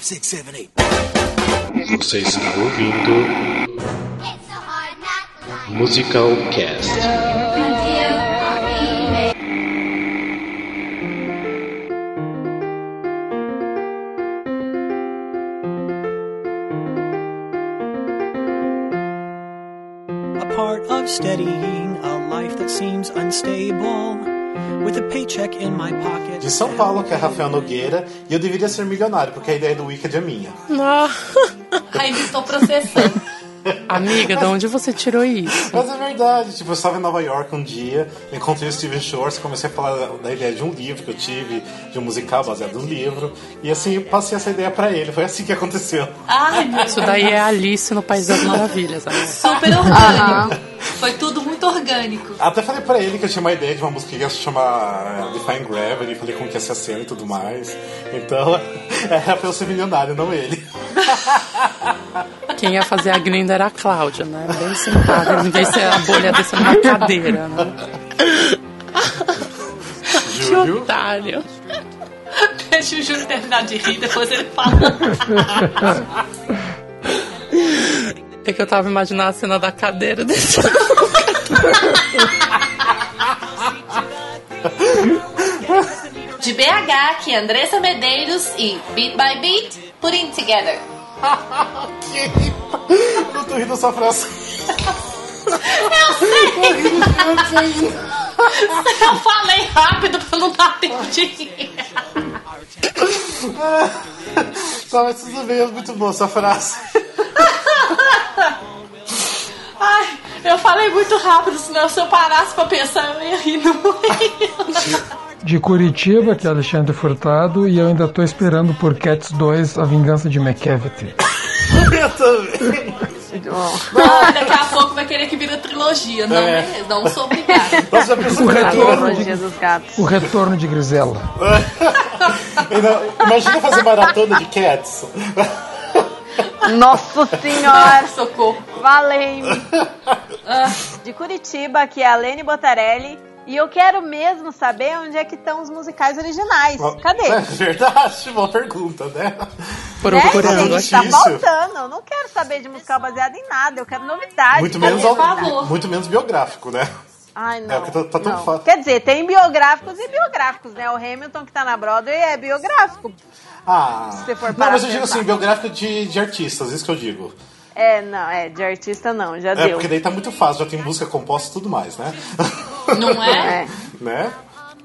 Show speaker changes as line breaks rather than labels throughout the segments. six, seven, eight.
Você está ouvindo
It's a hard knock life.
Musical Cast.
You are being
a part of steadying a life that seems unstable with a paycheck in my pocket
De São Paulo, que é Rafael Nogueira, e eu deveria ser milionário, porque a ideia do Wicked é minha.
Ah,
Ainda estou processando.
amiga, de onde você tirou isso?
Mas é verdade, tipo, eu estava em Nova York um dia, encontrei o Steven Schwartz, comecei a falar da- da ideia de um livro que eu tive, de um musical baseado num livro, e assim, passei essa ideia pra ele, foi assim que aconteceu.
Ai, meu
Isso daí Ah. é Alice no País das Maravilhas, né? amor.
Super orgânico. Foi tudo muito orgânico.
Até falei pra ele que eu tinha uma ideia de uma música que ia se chamar Define Gravity, falei como que ia ser a cena e tudo mais. Então, era pra eu ser milionário, não ele.
Quem ia fazer a grinda era a Cláudia, né? Bem sentada, ninguém se a bolha descendo na cadeira, né? Que
Júlio,
otário.
Deixa o Júlio terminar de rir, depois ele fala.
É que eu tava imaginando a cena da cadeira desse.
De BH aqui, é Andressa Medeiros e Beat by Beat, Putting Together.
eu tô rindo dessa frase.
Eu falei rápido pra não dar tempo de rir.
Tá, mas tudo bem, é muito boa essa frase.
Ai, eu falei muito rápido, senão se eu parasse pra pensar, eu ia rir no meio.
De Curitiba, que é Alexandre Furtado, e eu ainda tô esperando por Cats 2, A Vingança de McCavity.
Eu também.
Ai, daqui a pouco vai querer que vira trilogia. Não,
É.
beleza, não sou obrigada.
Nossa, já pensou que eu um
O
tô-
retorno,
Dia dos gatos.
o retorno de Grisela.
E não- Imagina fazer maratona de Cats.
Nossa
Ai,
senhora,
socorro.
valeu! De Curitiba, aqui é a Lene Botarelli. E eu quero mesmo saber onde é que estão os musicais originais.
É
Cadê?
verdade, boa pergunta, né?
né,
Procurando
gente?
aqui.
Tá
Isso.
faltando. Eu não quero saber de musical baseado em nada. Eu quero novidade.
Muito
Cadê
menos,
por
ao-
favor.
muito menos biográfico, né?
Ai, não.
É, porque tá- tá tão
não.
fácil.
Quer dizer, tem biográficos e biográficos, né? O Hamilton que tá na Broadway é biográfico.
Ah.
Se for
não,
parar
mas eu
pra
digo
pensar.
assim, biográfico de, de artistas, isso que eu digo.
É, não, é, de artista não, já
É,
deu.
porque daí tá muito fácil, já tem música composta e tudo mais, né?
Não é?
É.
né?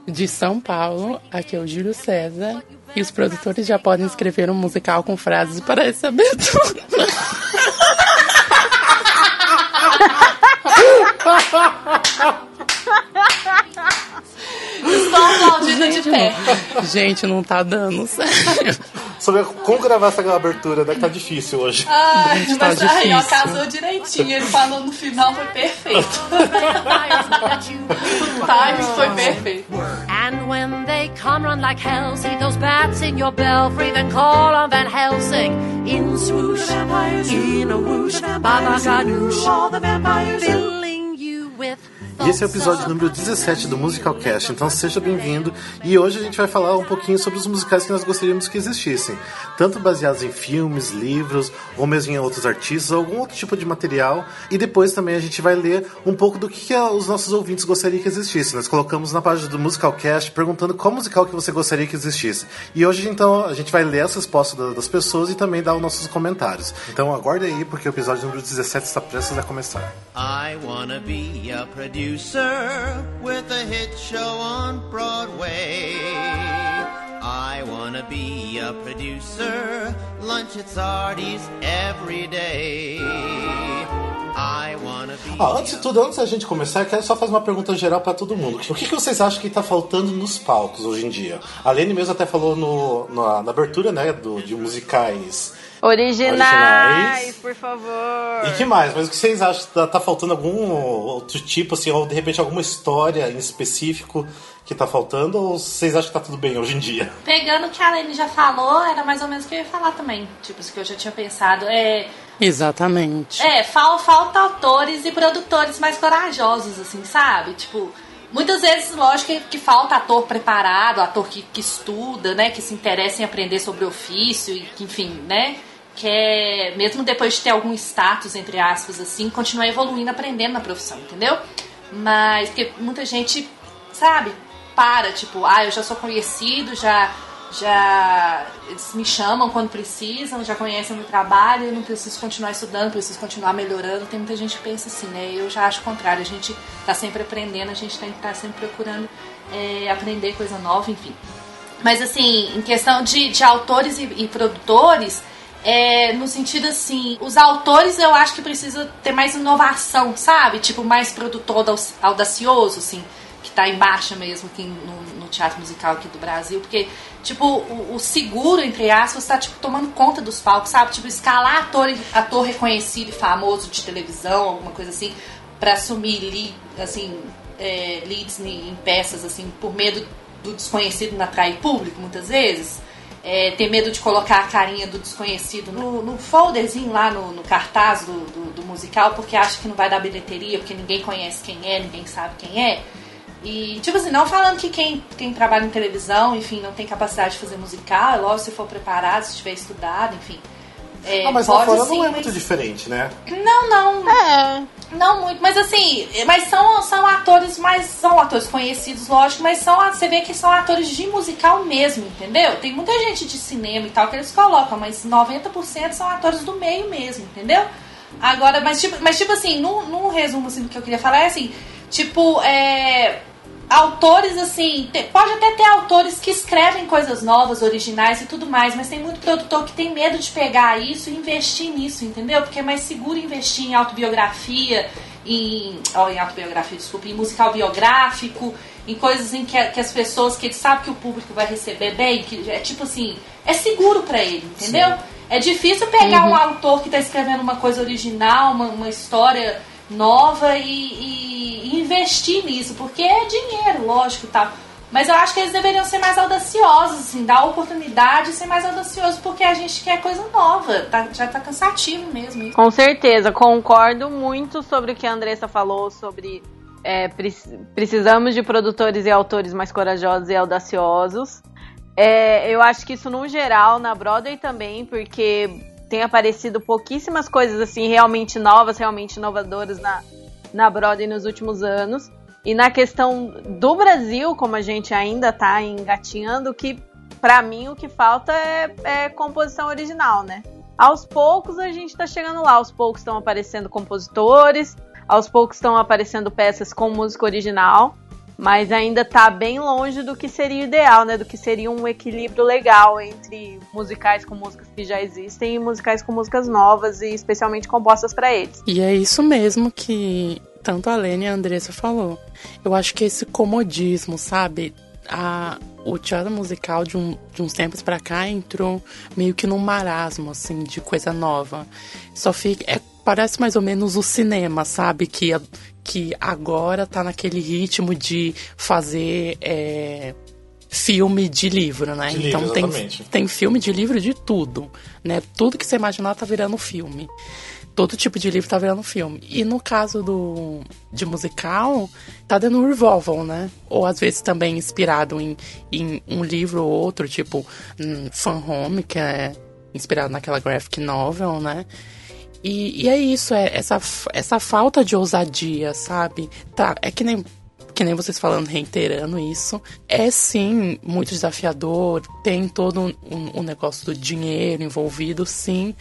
De São Paulo, aqui é o Júlio César. E os produtores já podem escrever um musical com frases para essa abertura.
Estou aplaudindo de pé.
Gente, não tá dando, sério.
Sobre como gravar essa abertura, né? Que tá difícil hoje.
Ai,
Gente, tá
mas aí, ó,
difícil.
casou direitinho. Ele falou no final, foi perfeito. O timing foi perfeito.
And when they come run like hell, see those bats in your belfry, then call on Van Helsing. In swoosh, in a whoosh, Baba Ganoush, all the vampires filling you with
E esse é o
thoughts
episódio
of-
número 17 do Musical Cast, então seja bem-vindo. E hoje a gente vai falar um pouquinho sobre os musicais que nós gostaríamos que existissem, tanto baseados em filmes, livros, ou mesmo em outros artistas, algum outro tipo de material. E depois também a gente vai ler um pouco do que, que a- os nossos ouvintes gostariam que existisse. Nós colocamos na página do Musical Cast perguntando qual musical que você gostaria que existisse. E hoje então a gente vai ler as respostas da- das pessoas e também dar os nossos comentários. Então aguarde aí, porque o episódio número 17 está prestes a começar.
I wanna be a producer with a hit show on Broadway. I wanna be a producer, lunch at Sardi's every day. I wanna be.
Ó, Ah, antes de tudo, antes da gente começar, eu quero só fazer uma pergunta geral pra todo mundo. O que, que vocês acham que tá faltando nos palcos hoje em dia? A Lene mesmo até falou no, na, na abertura, né, do, de musicais. Originais.
Originais, por favor.
E que mais? Mas o que vocês acham? Tá, tá faltando algum outro tipo, assim, ou de repente alguma história em específico que tá faltando? Ou vocês acham que tá tudo bem hoje em dia?
Pegando o que a Lene já falou, era mais ou menos o que eu ia falar também. Tipo, isso que eu já tinha pensado. É,
Exatamente.
é fal, falta autores e produtores mais corajosos, assim, sabe? Tipo, Muitas vezes, lógico, que, que falta ator preparado, ator que, que estuda, né? Que se interessa em aprender sobre o ofício e que, enfim, né? Quer, mesmo depois de ter algum status, entre aspas, assim, continuar evoluindo, aprendendo na profissão, entendeu? Mas, porque muita gente, sabe, para, tipo, ah, eu já sou conhecido, já já eles me chamam quando precisam, já conhecem o meu trabalho, eu não preciso continuar estudando, preciso continuar melhorando. Tem muita gente que pensa assim, né? Eu já acho o contrário, a gente tá sempre aprendendo, a gente tem que estar sempre procurando é, aprender coisa nova, enfim. Mas assim, em questão de, de autores e, e produtores, é, no sentido assim, os autores eu acho que precisa ter mais inovação, sabe? Tipo, mais produtor audacioso, assim, que tá em baixa mesmo aqui no, no teatro musical aqui do Brasil, porque tipo, o, o, seguro, entre aspas, tá, tipo, tomando conta dos palcos, sabe? Tipo, escalar ator, ator reconhecido e famoso de televisão, alguma coisa assim, para assumir lead, assim, é, leads em peças, assim, por medo do desconhecido não atrair público, muitas vezes. É, ter medo de colocar a carinha do desconhecido no, no folderzinho lá no, no cartaz do, do, do musical, porque acha que não vai dar bilheteria, porque ninguém conhece quem é, ninguém sabe quem é. E, tipo assim, não falando que quem, quem trabalha em televisão, enfim, não tem capacidade de fazer musical, é lógico, se for preparado, se tiver estudado, enfim.
É, ah, mas pode, lá fora sim, não é mas... muito diferente, né?
Não, não. É. Não muito, mas assim, mas são, são atores, mas são atores conhecidos, lógico, mas são, você vê que são atores de musical mesmo, entendeu? Tem muita gente de cinema e tal que eles colocam, mas 90% são atores do meio mesmo, entendeu? Agora, mas tipo, mas, tipo assim, num, num resumo assim, do que eu queria falar é assim, tipo, é, autores assim, pode até ter autores que escrevem coisas novas, originais e tudo mais, mas tem muito produtor que tem medo de pegar isso e investir nisso, entendeu? Porque é mais seguro investir em autobiografia, em, oh, em autobiografia, desculpa, em musical biográfico, em coisas em que, que as pessoas que ele sabe que o público vai receber bem, que é tipo assim, é seguro para ele, entendeu? Sim. É difícil pegar uhum. um autor que tá escrevendo uma coisa original, uma, uma história nova e, e, e, investir nisso, porque é dinheiro, lógico e tal. Mas eu acho que eles deveriam ser mais audaciosos, assim, dar oportunidade e ser mais audaciosos, porque a gente quer coisa nova, tá, já tá cansativo mesmo. Isso.
Com certeza, concordo muito sobre o que a Andressa falou sobre é, pre precisamos de produtores e autores mais corajosos e audaciosos. É, eu acho que isso, no geral, na Broadway também, porque tem aparecido pouquíssimas coisas assim realmente novas, realmente inovadoras na, na Broadway nos últimos anos. E na questão do Brasil, como a gente ainda está engatinhando, que para mim o que falta é, é, composição original, né? Aos poucos a gente está chegando lá, aos poucos estão aparecendo compositores, aos poucos estão aparecendo peças com música original, mas ainda está bem longe do que seria ideal, né? Do que seria um equilíbrio legal entre musicais com músicas que já existem e musicais com músicas novas e especialmente compostas para eles.
E é isso mesmo que tanto a Lene e a Andressa falou. Eu acho que esse comodismo, sabe? A, o teatro musical de, um, de uns tempos para cá entrou meio que num marasmo, assim, de coisa nova. Só fica. É, parece mais ou menos o cinema, sabe? Que, que agora tá naquele ritmo de fazer é, filme de livro, né?
De
então
livro,
tem,
exatamente.
tem filme de livro de tudo, né? Tudo que você imaginar tá virando filme. Todo tipo de livro tá virando filme. E no caso do de musical, tá dando um revolval, né? Ou às vezes também inspirado em, em um livro ou outro, tipo um, Fan Home, que é inspirado naquela graphic novel, né? E, e, é isso, é essa, essa falta de ousadia, sabe? Tá, é que nem, que nem vocês falando, reiterando isso. É sim muito desafiador, tem todo o um, um negócio do dinheiro envolvido, sim.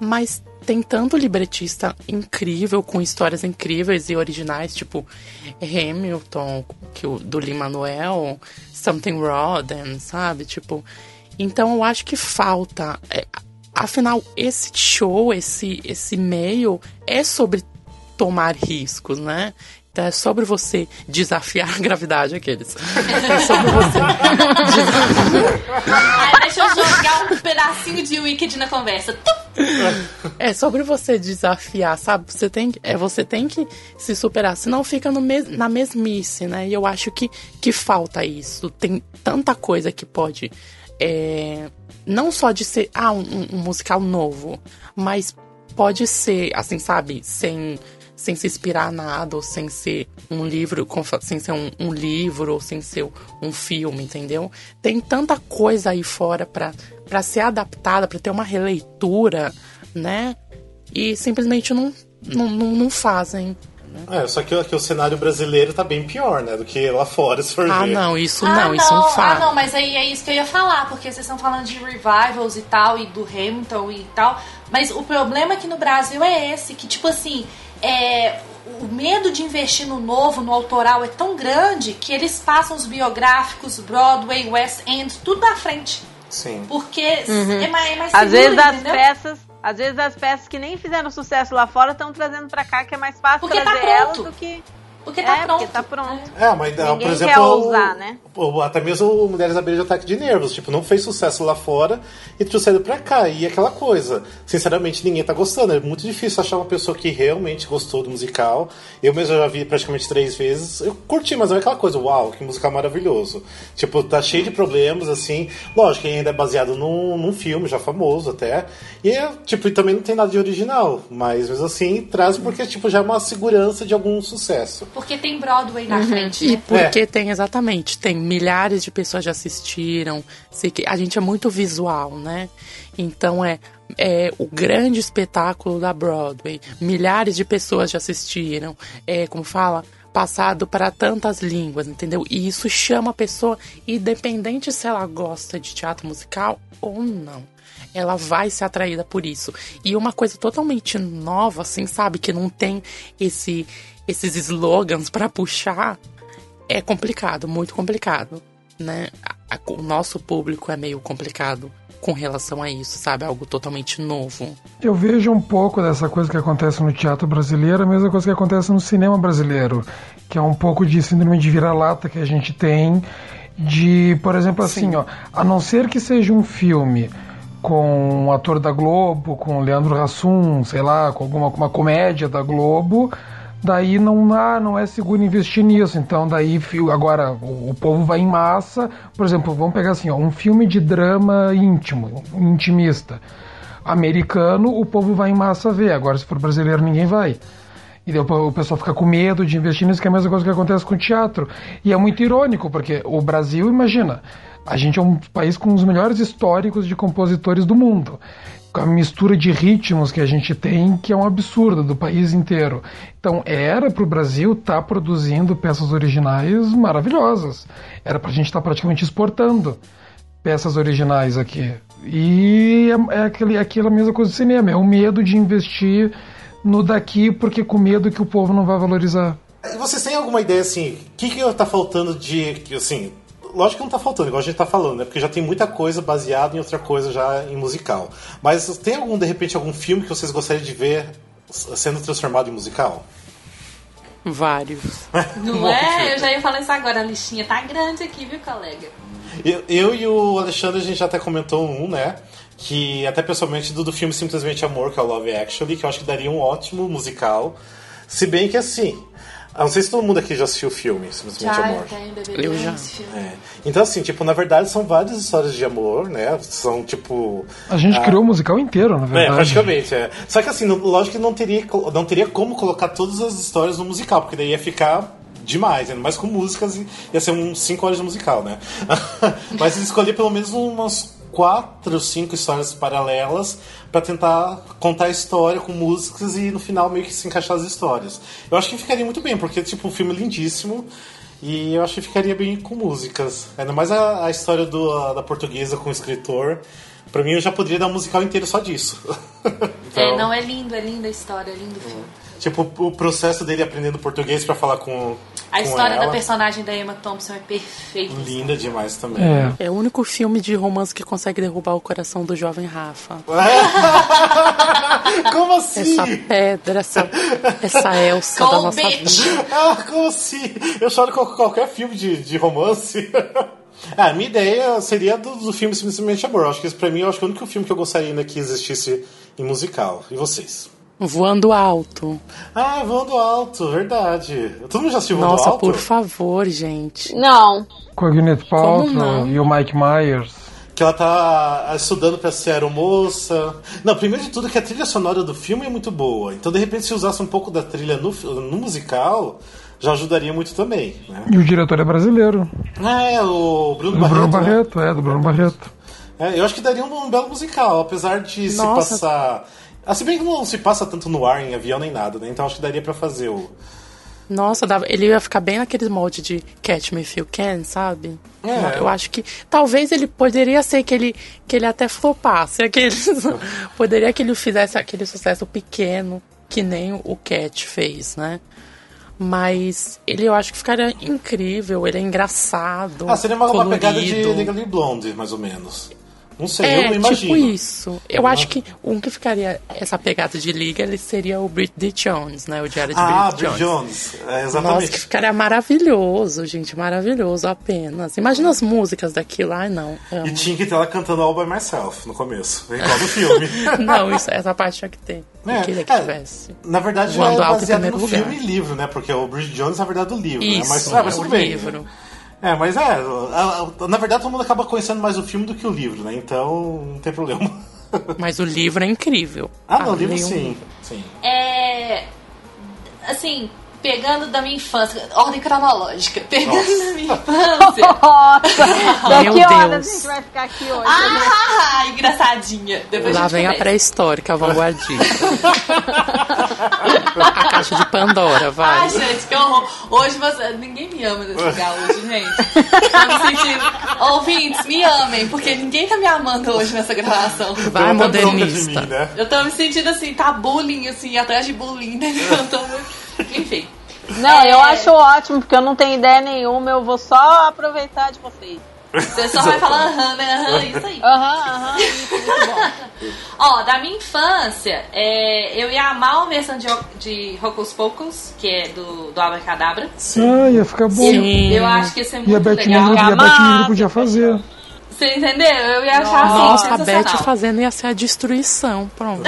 Mas tem tanto libretista incrível, com histórias incríveis e originais, tipo Hamilton, que o, do Lee Manuel, Something Rodden, sabe? Tipo. Então eu acho que falta. É, afinal esse show, esse esse meio é sobre tomar riscos, né? Então é sobre você desafiar a gravidade aqueles. É sobre
você. Ai, deixa eu jogar um pedacinho de Wicked na conversa.
É sobre você desafiar, sabe? Você tem, é, você tem que se superar, senão fica no mes, na mesmice, né? E eu acho que, que falta isso. Tem tanta coisa que pode é, não só de ser um ah, um, um, musical novo, mas pode ser, assim, sabe, sem sem se inspirar nada, ou sem ser um livro, confa- sem ser um, um livro, ou sem ser um filme, entendeu? Tem tanta coisa aí fora pra, pra ser adaptada, pra ter uma releitura, né? E simplesmente não, não, não, não fazem.
É, só que, que o cenário brasileiro tá bem pior, né? Do que lá fora, se for
Ah,
ver.
não, isso
ah,
não, isso é um
Ah,
fato.
não, mas aí é isso que eu ia falar, porque vocês estão falando de revivals e tal, e do Hamilton e tal. Mas o problema aqui no Brasil é esse, que tipo assim, é, o medo de investir no novo, no autoral, é tão grande que eles passam os biográficos, Broadway, West End, tudo na frente.
Sim.
Porque é mais, é mais seguro,
Às vezes as
entendeu?
peças, às vezes as peças que nem fizeram sucesso lá fora estão trazendo pra cá que é mais fácil
Porque tá
trazer elas
pronto.
do que
Porque tá
é,
pronto.
porque tá pronto.
É, mas ah,
Ninguém
por exemplo,
quer
o-
ousar, né?
o- até mesmo o Mulheres à Beira de Ataque de Nervos, tipo, não fez sucesso lá fora e trouxeram pra cá. E aquela coisa, sinceramente, ninguém tá gostando. É muito difícil achar uma pessoa que realmente gostou do musical. Eu mesmo já vi praticamente três vezes. Eu curti, mas não é aquela coisa, uau, que musical maravilhoso. Tipo, tá cheio de problemas, assim. Lógico, que ainda é baseado num, num filme já famoso até. E, é, tipo, e também não tem nada de original. Mas mesmo assim, traz porque, tipo, já é uma segurança de algum sucesso.
É, Porque tem Broadway na frente.
E
né?
porque tem, exatamente, tem milhares de pessoas já assistiram. se que- A gente é muito visual, né? Então é, é o grande espetáculo da Broadway. Milhares de pessoas já assistiram. É, como fala, passado para tantas línguas, entendeu? E isso chama a pessoa, independente se ela gosta de teatro musical ou não ela vai ser atraída por isso. E uma coisa totalmente nova, assim, sabe? Que não tem esse, esses slogans pra puxar, é complicado, muito complicado, né? A- a- O nosso público é meio complicado com relação a isso, sabe? Algo totalmente novo.
Eu vejo um pouco dessa coisa que acontece no teatro brasileiro, a mesma coisa que acontece no cinema brasileiro, que é um pouco de síndrome de vira-lata que a gente tem, de, por exemplo, assim, ó, a não ser que seja um filme com um ator da Globo, com o Leandro Hassum, sei lá, com alguma uma comédia da Globo, daí não dá, não é seguro investir nisso. Então daí fi- agora o, o povo vai em massa, por exemplo, vamos pegar assim, ó, um filme de drama íntimo, intimista americano, o povo vai em massa ver. Agora, se for brasileiro, ninguém vai. E daí o po- o pessoal fica com medo de investir nisso, que é a mesma coisa que acontece com o teatro. E é muito irônico, porque o Brasil, imagina, a gente é um país com os melhores históricos de compositores do mundo. Com a mistura de ritmos que a gente tem, que é um absurdo do país inteiro. Então, era para o Brasil estar produzindo peças originais maravilhosas. Era para a gente estar praticamente exportando peças originais aqui. E é, é aquele, é aquela mesma coisa do cinema, é o medo de investir no daqui, porque com medo que o povo não vai valorizar.
E vocês têm alguma ideia, assim, o que, que tá faltando de. que, Assim, lógico que não tá faltando, igual a gente tá falando, né? Porque já tem muita coisa baseada em outra coisa já em musical. Mas tem algum, de repente, algum filme que vocês gostariam de ver s- sendo transformado em musical?
Vários.
Não é? Eu já ia falar isso agora. A listinha tá grande aqui, viu, colega?
Eu, eu e o Alexandre, a gente já até comentou um, né? Que até pessoalmente do, do filme Simplesmente Amor, que é o Love Actually, que eu acho que daria um ótimo musical. Se bem que assim. eu Não sei se todo mundo aqui já assistiu o filme, Simplesmente
Já, é. tá
Amor.
eu tenho bebê.
Eu já.
esse filme.
É. Então, assim, tipo, na verdade são várias histórias de amor, né? São, tipo.
A gente
ah,
criou o musical inteiro, na
É,
verdade.
praticamente, é. Só que assim, não- lógico que não teria, co- não teria como colocar todas as histórias no musical, porque daí ia ficar demais, ainda mais com músicas, e- ia ser uns 5 horas de musical, né? Mas escolher pelo menos umas quatro, cinco histórias paralelas pra tentar contar a história com músicas e no final meio que se encaixar as histórias. Eu acho que ficaria muito bem, porque tipo, um filme lindíssimo e eu acho que ficaria bem com músicas. Ainda mais a, a história do, a- da portuguesa com o escritor. Pra mim, eu já poderia dar um musical inteiro só disso. então,
É, não, é lindo, é linda a história, é lindo o filme.
Tipo, o processo dele aprendendo português pra falar com.
A
com
história
ela,
da personagem da Emma Thompson é perfeita.
Linda demais também.
É.
É o único filme de romance que consegue derrubar o coração do jovem Rafa.
Como assim?
Essa pedra, essa, essa Elsa da
Go,
nossa
bitch!
vida.
Ah, como assim? Eu choro com qualquer filme de, de romance. ah, a minha ideia seria do, do filme Simplesmente Amor. Acho que isso pra mim eu acho que é o único filme que eu gostaria ainda que existisse em musical. E vocês?
Voando alto.
Ah, Voando Alto, verdade. Todo mundo já assistiu Voando
Nossa,
Alto?
por favor, gente.
Não.
Com a Gwyneth
Como
Paltrow
não?
e o Mike Myers.
Que ela tá estudando pra ser aeromoça. Não, primeiro de tudo que a trilha sonora do filme é muito boa. Então, de repente, se usasse um pouco da trilha no, fi- no musical, já ajudaria muito também, né?
E o diretor é brasileiro.
É, o Bruno
Do
Barreto, né?
Bruno Barreto, é, do Bruno Barreto.
É, eu acho que daria um, um belo musical, apesar de
Nossa.
se passar. Ah, se bem que não se passa tanto no ar, em avião, nem nada, né? Então acho que daria pra fazer o.
Nossa, dava- ele ia ficar bem naquele molde de Catch Me If You Can, sabe?
É.
Eu acho que talvez ele poderia ser que ele, que ele até flopasse. Aqueles, poderia que ele fizesse aquele sucesso pequeno que nem o Cat fez, né? Mas ele eu acho que ficaria incrível, ele é engraçado.
Ah, seria uma, uma
colorido.
pegada de Legally Blonde, mais ou menos. Não sei, eu
É,
não imagino. Uhum.
tipo isso. Eu acho que um que ficaria essa pegada de liga ele seria o Bridget Jones, né? O Diário de
Ah,
Bridget
Bridget
Jones.
Jones. É,
Nossa, que
exatamente.
ficaria maravilhoso, gente. Maravilhoso apenas. Imagina as músicas daquilo. Ai, não. amo.
E tinha que ter ela cantando All By Myself no começo, igual do filme.
Não, isso, essa parte tinha que ter.
É,
Eu queria que
é.
tivesse.
Na verdade, já é
Voando alto em
baseado no
primeiro lugar.
filme e livro, né? Porque o Bridget Jones, na verdade, é do livro, né?
Isso,
Mas, ah, mas
é
tudo
o
bem.
livro.
É, mas é. a- a- na verdade, todo mundo acaba conhecendo mais o filme do que o livro, né? Então, não tem problema.
Mas o livro é incrível.
Ah, não, livro
leia um
sim. sim.
É. Assim, pegando da minha infância, ordem cronológica, pegando da minha infância.
Nossa,
Meu
daqui horas
Deus.
a gente vai ficar aqui hoje.
ah, engraçadinha. Depois
Lá
a gente
vem a
conversa.
pré-histórica, a vanguardista. a caixa de Pandora, vai.
Ai, Ah, gente, que horror. Hoje você... ninguém me ama nesse lugar hoje, gente. Tá me sentindo. Ouvintes, me amem, porque ninguém tá me amando hoje nessa gravação.
vai,
Deu até bronca de
modernista.
mim, né?
Eu tô me sentindo assim, tá bullying, assim, atrás de bullying, né? Eu tô... muito- Enfim.
Não, eu
É.
acho ótimo, porque eu não tenho ideia nenhuma, eu vou só aproveitar de vocês.
Você só vai falar aham, né? Aham, isso aí.
Aham, aham.
Ó, da minha infância, é, eu ia amar o versão de, Ho- de Hocus Pocus, que é do, do Abracadabra.
Ah, ia ficar bom.
Sim.
Eu acho que ia ser
E a
muito
Beth
legal.
Miller, e a Beth Miller
Amado.
podia fazer.
Você entendeu? Eu ia achar assim,
Nossa, a
sensacional.
Beth fazendo ia ser a destruição. Pronto.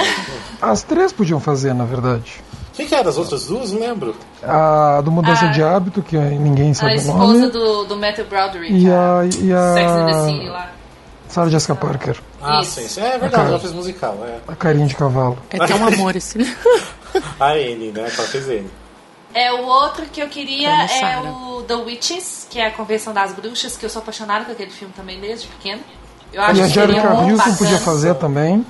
As três podiam fazer, na verdade.
Quem que era as outras duas? Não lembro.
A do Mudança de Hábito, que ninguém
Ah. A
sabe o
esposa
nome.
do, do Matthew Broderick.
né? E a, e
Sex and the City
a
lá.
Sarah Jessica Parker,
Ah,
Isso.
sim. sim. É verdade, ela fez musical. É.
a carinha de cavalo.
É tão amor esse livro.
A N, né? Que ela fez N.
É, o outro que eu queria
Como
é
Sarah.
o The Witches, que é a Convenção das Bruxas, que eu sou apaixonada com aquele filme também desde pequena. Eu
E
acho
a
que seria
Jerica
um
Wilson
bacana.
podia fazer também.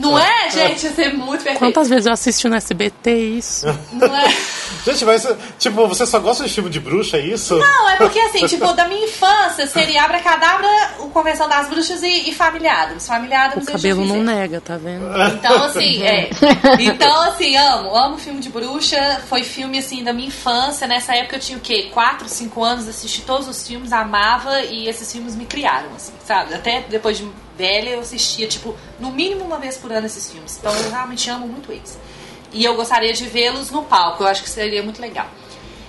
Não é, gente? Ia ser muito perfeito.
Quantas vezes eu assisti no SBT isso?
Não é?
Gente, mas tipo, você só gosta de filme de bruxa, é isso?
Não, é porque assim, tipo, da minha infância seria Abracadabra, o Convenção das Bruxas e, e Família Adams. Família
O
Adams eu
cabelo
já
não
fiz.
nega, tá vendo?
Então, assim, é. Então, assim, amo. Amo filme de bruxa. Foi filme, assim, da minha infância. Nessa época eu tinha o quê? 4, 5 anos. Assisti todos os filmes, amava. E esses filmes me criaram, assim, sabe? Até depois de velha eu assistia, tipo, no mínimo uma vez por ano esses filmes. Então eu realmente amo muito eles. E eu gostaria de vê-los no palco. Eu acho que seria muito legal.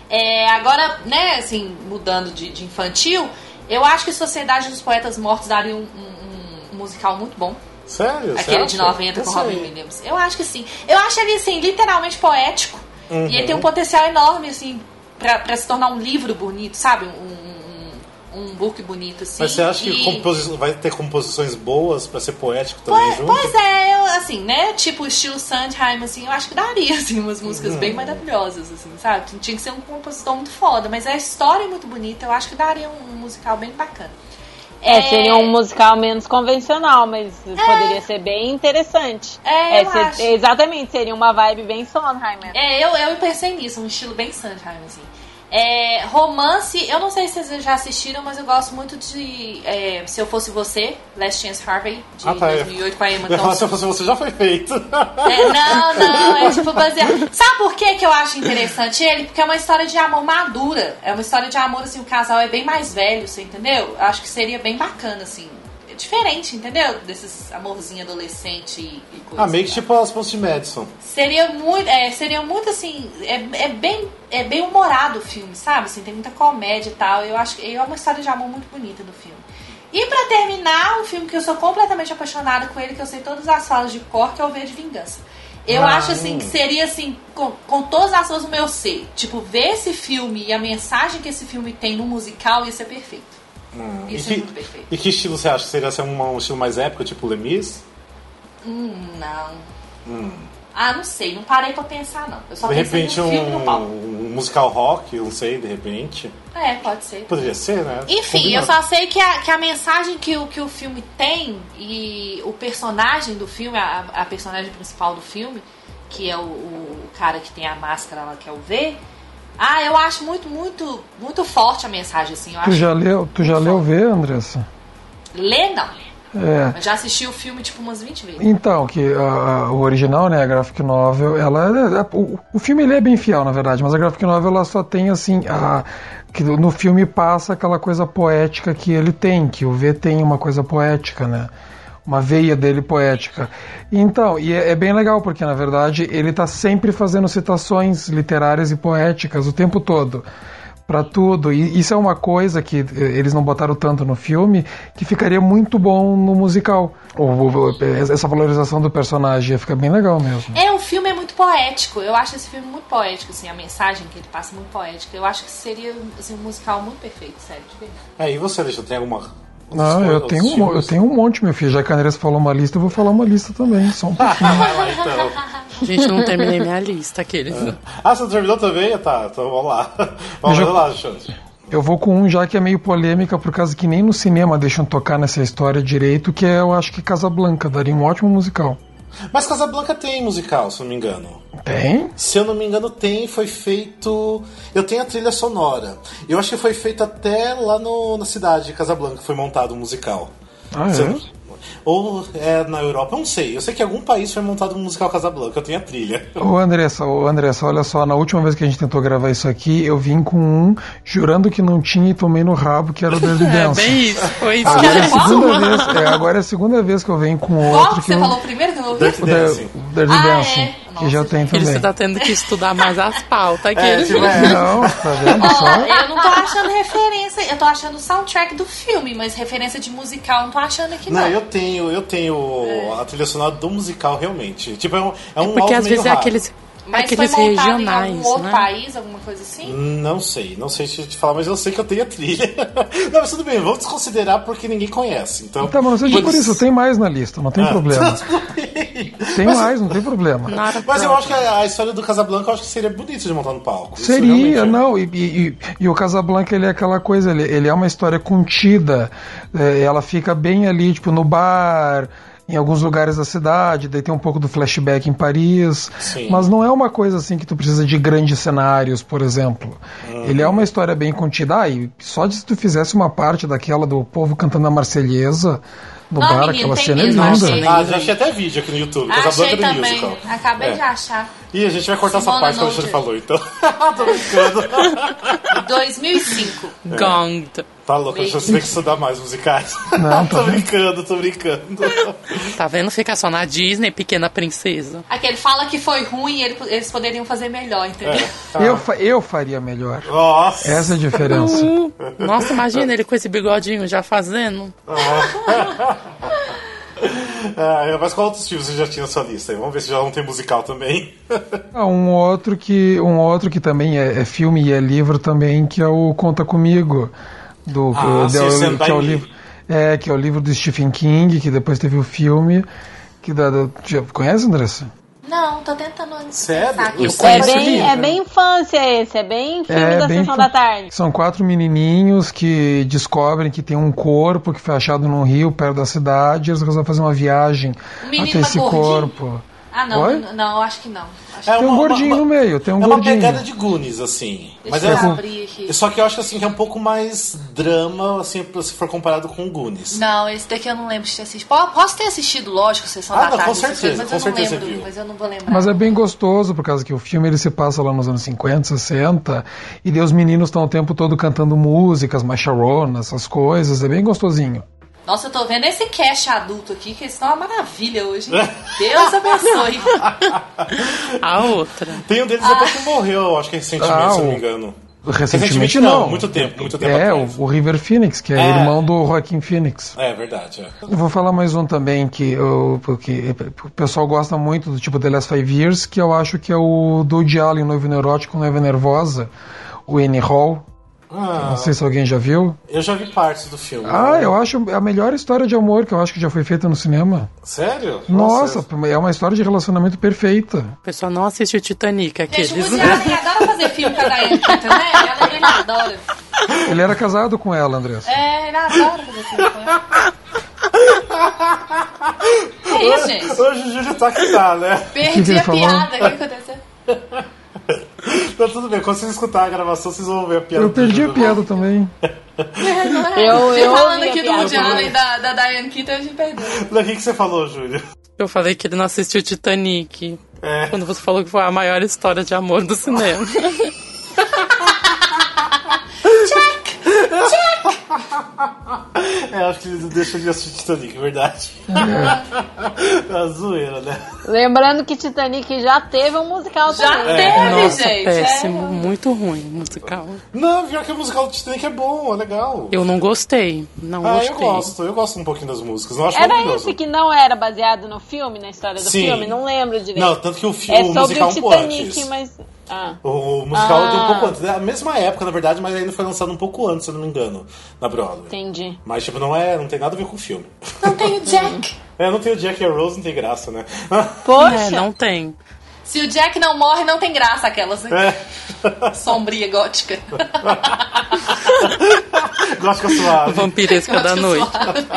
É, agora, né, assim, mudando de, de infantil, eu acho que Sociedade dos Poetas Mortos daria um- um- um musical muito bom.
Sério? você
Aquele de
acha?
90 com
Não sei.
Robin Williams. Eu acho que sim. Eu acho ele, assim, literalmente poético. E ele tem
Uhum.
um potencial enorme, assim, pra, pra se tornar um livro bonito, sabe? Um, um, um book bonito, assim.
Mas você acha que
E-
composi- vai ter composições boas pra ser poético também
Pois,
junto?
pois é, eu, assim, né? Tipo, estilo Sandheim, assim, eu acho que daria, assim, umas músicas
Uhum.
bem maravilhosas, assim, sabe? Tinha que ser um compositor muito foda, mas a história é muito bonita, eu acho que daria um, um musical bem bacana.
É, seria um musical menos convencional, mas poderia ser bem interessante.
É, eu
se-
acho.
Exatamente, seria uma vibe bem Sondheim. né?
É, eu, eu pensei nisso, um estilo bem Sondheim, assim. É, romance, eu não sei se vocês já assistiram, mas eu gosto muito de é, Se Eu Fosse Você, Last Chance Harvey, de
Ah, tá, é.
2008 com a Emma
Eu ia falar, se
Thompson.
eu fosse você, já foi feito.
É, não, não, é tipo baseado. Sabe por que, que eu acho interessante ele? Porque é uma história de amor madura. É uma história de amor, assim, o casal é bem mais velho, você entendeu? Eu acho que seria bem bacana, assim. É diferente, entendeu? Desses amorzinho adolescente e, e coisa. assim.
ah, meio que tipo as pontes de Madison.
Seria muito, é, seria muito assim, é, é bem, é bem humorado o filme, sabe? Assim, tem muita comédia e tal. Eu acho que é uma história de amor muito bonita do filme. E pra terminar, um filme que eu sou completamente apaixonada com ele, que eu sei todas as falas de cor, que é o V de Vingança. Eu
Ah,
acho assim que seria assim, com, com todas as forças do meu ser. Tipo, ver esse filme e a mensagem que esse filme tem no musical ia ser perfeito. Isso
Hum. e,
é muito
que,
perfeito.
e que estilo você acha? Seria ser um, um estilo mais épico, tipo Lemis?
Hum, Não. Ah, não sei, não parei pra pensar, não. Eu só
Hum. De
pensei
repente,
no
um,
filme e no palco.
um musical rock, não sei, de repente.
É, pode ser.
Poderia ser, né?
Enfim,
Combinado.
eu só sei que a, que a mensagem que o, que o filme tem e o personagem do filme, a, a personagem principal do filme, que é o, o cara que tem a máscara lá, que é o V. Ah, eu acho muito, muito, muito forte a mensagem, assim. Eu
Tu
acho...
já leu, tu já leu ver, Andressa?
Lê, não.
É.
Eu já assisti o filme, tipo, umas 20 vezes.
Então, que a- a- o original, né, a graphic novel, ela é- o, o filme ele é bem fiel, na verdade, mas a graphic novel ela só tem assim a que no filme passa aquela coisa poética que ele tem, que o V tem uma coisa poética, né? Uma veia dele poética. Então, e é, é bem legal, porque na verdade ele tá sempre fazendo citações literárias e poéticas o tempo todo. Pra tudo. E isso é uma coisa que eh, eles não botaram tanto no filme, que ficaria muito bom no musical. O- o- o- Essa valorização do personagem ia ficar bem legal mesmo.
É, o filme é muito poético. Eu acho esse filme muito poético, assim, a mensagem que ele passa é muito poética. Eu acho que seria assim, um musical muito perfeito, sério, de verdade.
É, e você, Alexandre, tem alguma.
Não, eu tenho, um, mo- eu tenho um monte, meu filho. Já que a Andressa falou uma lista, eu vou falar uma lista também. Só um pouquinho.
Vai lá, então.
Gente, eu não terminei minha lista, aqueles.
Ah, você terminou também? Tá, então vamos lá. Vamos
Eu já-
lá, Alexandre.
Eu vou com um já que é meio polêmica, por causa que nem no cinema deixam tocar nessa história direito, que é, eu acho que Casablanca daria um ótimo musical.
Mas Casablanca tem musical, se eu não me engano.
Tem?
Se eu não me engano, tem, foi feito. Eu tenho a trilha sonora. Eu acho que foi feito até lá no, na cidade de Casablanca, foi montado um musical.
Ah,
Se
é?
eu- Ou é na Europa, eu não sei. Eu sei que em algum país foi montado um musical Casablanca, eu tenho a trilha.
Ô Andressa, ô Andressa, olha só, na última vez que a gente tentou gravar isso aqui, eu vim com um, jurando que não tinha e tomei no rabo, que era o Dirty
É,
Dance.
bem isso. Foi
Ah,
isso que
Agora é,
eu
a
fiz
segunda
uma.
vez, é, agora é a segunda vez que eu venho com
Qual
outro
que
que
você
não-
falou primeiro que eu não ouvi?
Dirty
o Dirty
Dancing.
Ah,
Dancing,
é?
que já
Nossa,
tem
Ele
também.
está tá tendo que estudar mais as pautas. Que
É,
ele...
tipo, é,
Não, tá vendo
Ó,
só?
eu não tô achando referência, eu tô achando o soundtrack do filme, mas referência de musical eu não tô achando aqui não.
Não, eu tenho, eu tenho a trilha sonora do musical realmente. Tipo, é um, é um
Porque
álbum meio
às vezes É. é
raro.
aqueles,
Mas
aqueles
foi montado em algum
regionais,
outro
né?
país, alguma coisa assim?
Não sei, não sei te te falar, mas eu sei que eu tenho a trilha. Não, mas tudo bem, vamos desconsiderar porque ninguém conhece. Então,
Tá, mas não seja por
Putz.
isso, tem mais na lista, não tem problema. Tem
Mas-
mais, não tem problema.
Nada
Mas eu
pra-
acho que a, a história do Casablanca eu acho que seria bonito de montar no palco. Isso realmente
Seria,
é.
não. E, e- e- e o Casablanca, ele é aquela coisa, ele, ele é uma história contida. é, ela fica bem ali, tipo, no bar, em alguns lugares da cidade, daí tem um pouco do flashback em Paris.
Sim.
Mas não é uma coisa assim que tu precisa de grandes cenários, por exemplo.
Uhum.
Ele é uma história bem contida. Ah, e só de se tu fizesse uma parte daquela do povo cantando a marselhesa no
Não,
bar,
menino,
aquela
tem
cena é
mesmo,
linda.
achei.
Ah, já achei até vídeo aqui no YouTube,
Achei
Casablanca do
também,
Musical.
acabei
É.
de achar.
E a gente vai cortar essa
Simona
parte que o Alexandre falou, então. Tô brincando.
2005.
é.
Gonged.
Tá louco, Alexandre, você tem que estudar mais musicais.
Não,
tô brincando, tô brincando.
Tá vendo? Fica só na Disney, Pequena Princesa.
Aquele fala que foi ruim, ele- eles poderiam fazer melhor, entendeu?
É.
Eu, fa- eu faria melhor.
Nossa.
Essa é a diferença.
Uh, nossa, imagina ele com esse bigodinho já fazendo.
Ah, mas qual outros filmes você já tinha na sua lista? aí? Vamos ver se já não tem musical também.
Ah, Um outro que, um outro que também é, é filme e é livro também, que é o Conta Comigo, do,
Ah,
que,
sim,
é o-
Stand
que é o
By Me.
livro, é, que é o livro do Stephen King, que depois teve o filme, que da, da- já conhece, Andressa?
Não, tô tentando
Sério?
pensar aqui.
Eu
É
conheço
bem,
ele.
é bem infância esse, é bem filme da sessão
fa-
da tarde.
São quatro menininhos que descobrem que tem um corpo que foi achado num rio perto da cidade, e eles resolvem fazer uma viagem
O menino
até
tá
esse
gordinho?
corpo.
Ah, não,
Oi?
não, não, acho que não. Acho
É
Tem um gordinho no meio, tem um
é
gordinho.
uma pegada de Goonies, assim.
que...
Mas
Deixa eu
é,
abrir aqui.
só que eu acho assim que é um pouco mais drama, assim, se for comparado com o Goonies.
Não, esse daqui eu não lembro de ter assistido. Po- Posso ter assistido, lógico, Sessão
Ah,
da
não,
Tarde.
com
essas
certeza,
coisas,
com
mas eu
certeza
não
viu.
lembro, mas eu não vou lembrar.
Mas é bem gostoso, por causa que o filme ele se passa lá nos anos 50, 60, e daí os meninos estão o tempo todo cantando músicas, macharonas, essas coisas, é bem gostosinho.
Nossa, eu tô vendo esse cash adulto aqui, que eles estão uma maravilha hoje. hein? Deus abençoe.
A outra.
Tem um deles
Ah.
até que morreu, acho que recentemente,
Ah,
se eu não
o-
me engano.
Recentemente, não.
Muito tempo, muito tempo
É, o,
atrás.
o River Phoenix, que é,
É.
irmão do Joaquim Phoenix.
É verdade, é.
Eu Vou falar mais um também que, eu, porque o pessoal gosta muito do tipo The Last Five Years, que eu acho que é o do Allen, Noivo Neurótico, Noiva Nervosa, o N. Hall.
Ah,
Não sei se alguém já viu.
eu já vi partes do filme.
Ah, eu acho a melhor história de amor que eu acho que já foi feita no cinema.
Sério?
Nossa, é uma história de relacionamento perfeita.
O pessoal não assiste o Titanic aqui.
Gente, o
eles-
Woody Allen adora fazer filme com a Diane Keaton, né? A Lorena adora.
Ele era casado com ela, Andressa.
É, ele adora fazer filme com ela. É isso, gente.
Hoje o Júlio tá que tá, né?
O que que
Perdi
ele
a
falou?
piada. O que aconteceu?
Então tudo bem, quando vocês escutar a gravação, vocês vão ver a piada.
Eu
do
perdi a
Júlio.
piada também.
Eu,
Você
eu
falando
ouvi a
aqui do
piada.
Woody Allen e da, da Diane Keaton, a gente perdeu.
O que, que você falou, Júlio?
Eu falei que ele não assistiu o Titanic.
É.
Quando você falou que foi a maior história de amor do cinema.
É, acho que ele deixou de assistir Titanic, é verdade. É uma zoeira, né?
Lembrando que Titanic já teve um musical
Já
também.
teve,
Nossa,
gente.
péssimo.
é.
Muito ruim musical.
Não, pior que o musical do Titanic é bom, é legal.
Eu não gostei. Não
ah,
gostei.
eu gosto, eu gosto um pouquinho das músicas, não acho
Era
maravilhoso.
esse É que não era baseado no filme, na história do
Sim.
filme? Não lembro direito.
Não, tanto que o filme
é
o
sobre
musical é
o
um pouco
Titanic,
antes.
mas. Ah.
O musical
Ah.
deu um pouco antes, da mesma época, na verdade, mas ainda foi lançado um pouco antes, se eu não me engano, na Broadway.
Entendi.
Mas, tipo, não, é, não tem nada a ver com o filme.
Não tem o Jack.
É, não tem o Jack e a Rose, não tem graça, né?
Poxa,
É, não tem.
Se o Jack não morre, não tem graça aquelas né?
É.
sombria gótica.
Gosto com a sua.
Vampiresca da
Gótica
noite.
suave.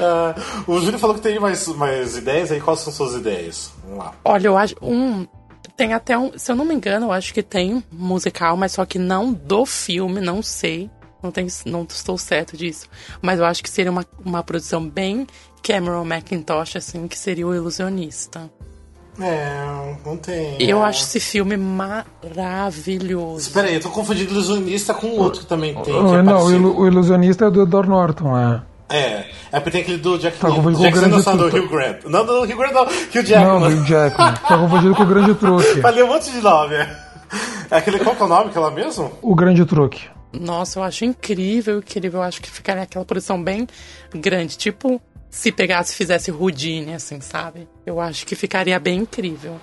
Ah, o Júlio falou que tem mais, mais ideias aí. Quais são suas ideias? Vamos lá.
Olha, eu acho. Um. Tem até um. Se eu não me engano, eu acho que tem um musical, mas só que não do filme, não sei. Não, tenho, não estou certo disso. Mas eu acho que seria uma, uma produção bem Cameron Macintosh, assim, que seria o Ilusionista.
É, não tem.
Eu acho esse filme maravilhoso.
Espera aí, eu tô confundindo ilusionista com o outro que também tem. Que é,
não, o,
parecido.
ilu- o ilusionista é do Edward Norton, é.
é, é porque tem aquele do Jack
Tá confundindo com o
Jack
grande
Nicholson do
tutor.
Hugh Grant. Não, não, Hugh Grant não. Hugh Jackman.
Não, do Jackman. Tá confundido com o Grande Truque.
Falei um monte de nome. é. É aquele, qual que é o nome que é lá mesmo?
O Grande Truque.
Nossa, eu acho incrível, incrível. Eu acho que ficaria aquela produção bem grande. Tipo, se pegasse e fizesse Houdini, assim, sabe? Eu acho que ficaria bem incrível.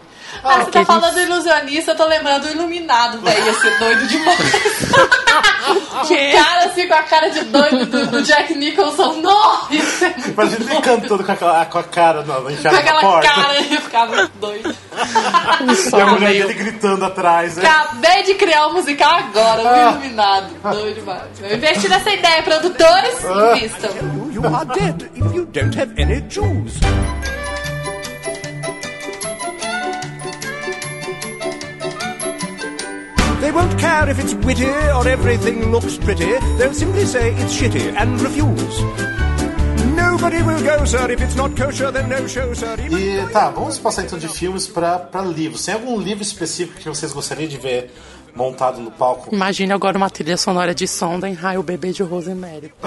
Ah, você tá
Aquele-
falando ilusionista, eu tô lembrando do iluminado, velho. Ia ser doido demais.
Que?
o cara assim com a cara de doido do, do Jack Nicholson. Não! Isso é muito
Imagina ele cantando com aquela com a cara na, na
Com
enxada da
aquela
porta.
cara, ele ficava muito doido.
e a mulher dele gritando atrás. Né?
Acabei de criar um musical agora,
Ah.
o iluminado. Doido demais. Eu investi nessa ideia, produtores,
Ah.
Tipo invistam.
You are dead if you don't have any jewels. They won't care if it's witty or everything looks pretty. They'll simply say it's shitty and refuse. Nobody will go, sir, if it's not kosher, then no show, sir. Even
E tá, vamos passar então de filmes pra, pra livros. Tem algum livro específico que vocês gostariam de ver montado no palco?
Imagine agora uma trilha sonora de sonda em raio bebê de Rosemary.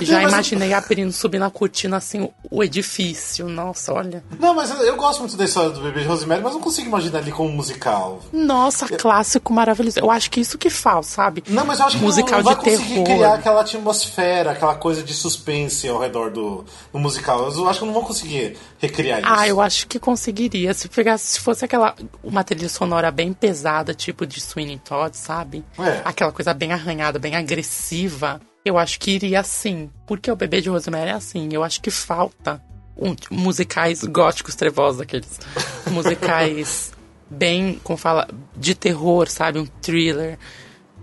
Já imaginei a Perino subindo a cortina assim, o- o edifício. Nossa, olha.
Não, mas eu, eu gosto muito da história do bebê de Rosemary, mas não consigo imaginar ele como um musical.
Nossa, clássico maravilhoso. Eu acho que isso que faz, sabe?
Não, mas eu acho que
musical
não, não
de
vai conseguir
terror.
criar aquela atmosfera, aquela coisa de suspense ao redor do, do musical. Eu acho que eu não vou conseguir recriar isso.
Ah, eu acho que conseguiria. Se pegasse, se fosse aquela uma trilha sonora bem pesada, tipo de Sweeney Todd, sabe?
É.
Aquela coisa bem arranhada, bem agressiva, eu acho que iria assim. Porque o bebê de Rosemary é assim. Eu acho que falta um- musicais góticos trevosos aqueles. Musicais bem, como fala, de terror, sabe? Um thriller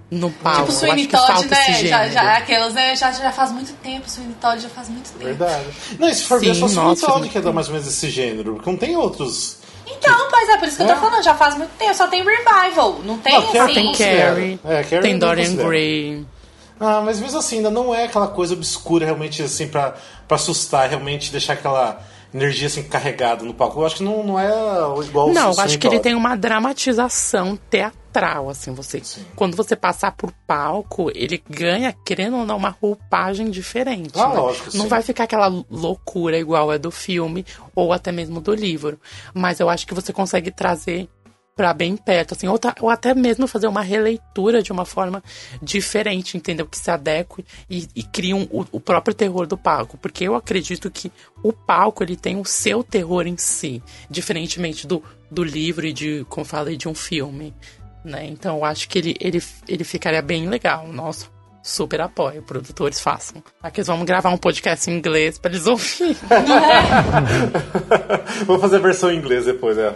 no palco.
Tipo
eu
Sweeney
acho que falta
Todd, né?
esse
Já,
gênero.
já, aquelas, né? Já, já faz muito tempo, Sweeney Todd já faz muito tempo.
Verdade. Não, e se for ver,
Sim,
só se
nossa,
Todd
gente.
que é dar mais ou menos esse gênero, porque não tem outros.
Então, pois é, por isso que eu
É.
tô falando, já faz muito tempo, só tem revival, não tem
Não, Carrie
assim.
Tem
Considero.
Carrie,
É, Carrie
tem
eu
Dorian
considero.
Gray.
Ah, mas mesmo assim, ainda não é aquela coisa obscura realmente assim pra, pra assustar, realmente deixar aquela energia assim carregada no palco. Eu acho que não, não é igual
Não,
o
eu acho que ele
Sweeney
tem um- uma dramatização teatral, assim, você. Quando você passar por palco, ele ganha, querendo ou não, uma roupagem diferente.
Ah,
né?
lógico,
Não
sim.
vai ficar aquela loucura igual é do filme ou até mesmo do livro. Mas eu acho que você consegue trazer pra bem perto, assim, ou, ta- ou até mesmo fazer uma releitura de uma forma diferente, entendeu? Que se adeque e, e crie um- o, o próprio terror do palco, porque eu acredito que o palco ele tem o seu terror em si, diferentemente do, do livro e de, como falei, de um filme. né? Então eu acho que ele, ele, ele ficaria bem legal. Nossa, super apoio. Produtores façam. Aqui eles vamos gravar um podcast em inglês pra eles ouvirem.
Vou fazer a versão em inglês depois, é.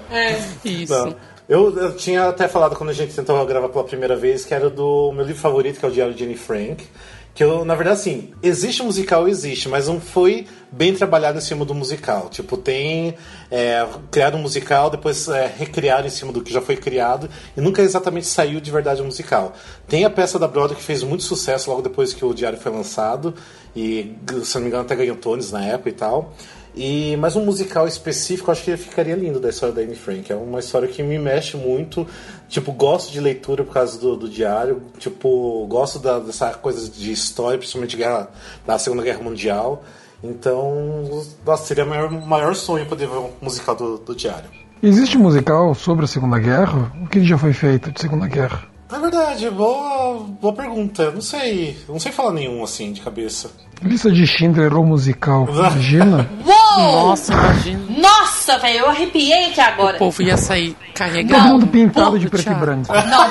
Isso.
Não. Eu, eu tinha até falado quando a gente tentou gravar pela primeira vez que era do meu livro favorito, que é o Diário de Anne Frank. Que eu, na verdade, assim, existe um musical, existe, mas não foi bem trabalhado em cima do musical. Tipo, tem é, criado um musical, depois é, recriado em cima do que já foi criado, e nunca exatamente saiu de verdade o musical. Tem a peça da Broadway que fez muito sucesso logo depois que o Diário foi lançado, e se não me engano até ganhou Tones na época e tal. E mas um musical específico, acho que ficaria lindo da história da Anne Frank. É uma história que me mexe muito. Tipo, gosto de leitura por causa do, do diário. Tipo, gosto da- dessa coisa de história, principalmente guerra, da Segunda Guerra Mundial. Então, nossa, seria o maior, maior sonho poder ver um musical do, do diário.
Existe um musical sobre a Segunda Guerra? O que já foi feito de Segunda Guerra?
Na verdade, boa, boa pergunta. Não sei, não sei falar nenhum assim de cabeça.
Lista de Schindler ou musical? Imagina? Oh!
Uou!
Nossa, imagina.
Nossa, velho, eu arrepiei aqui agora.
O povo ia sair carregando.
Todo mundo pintado
Pô,
de preto e
Thiago.
branco.
Não,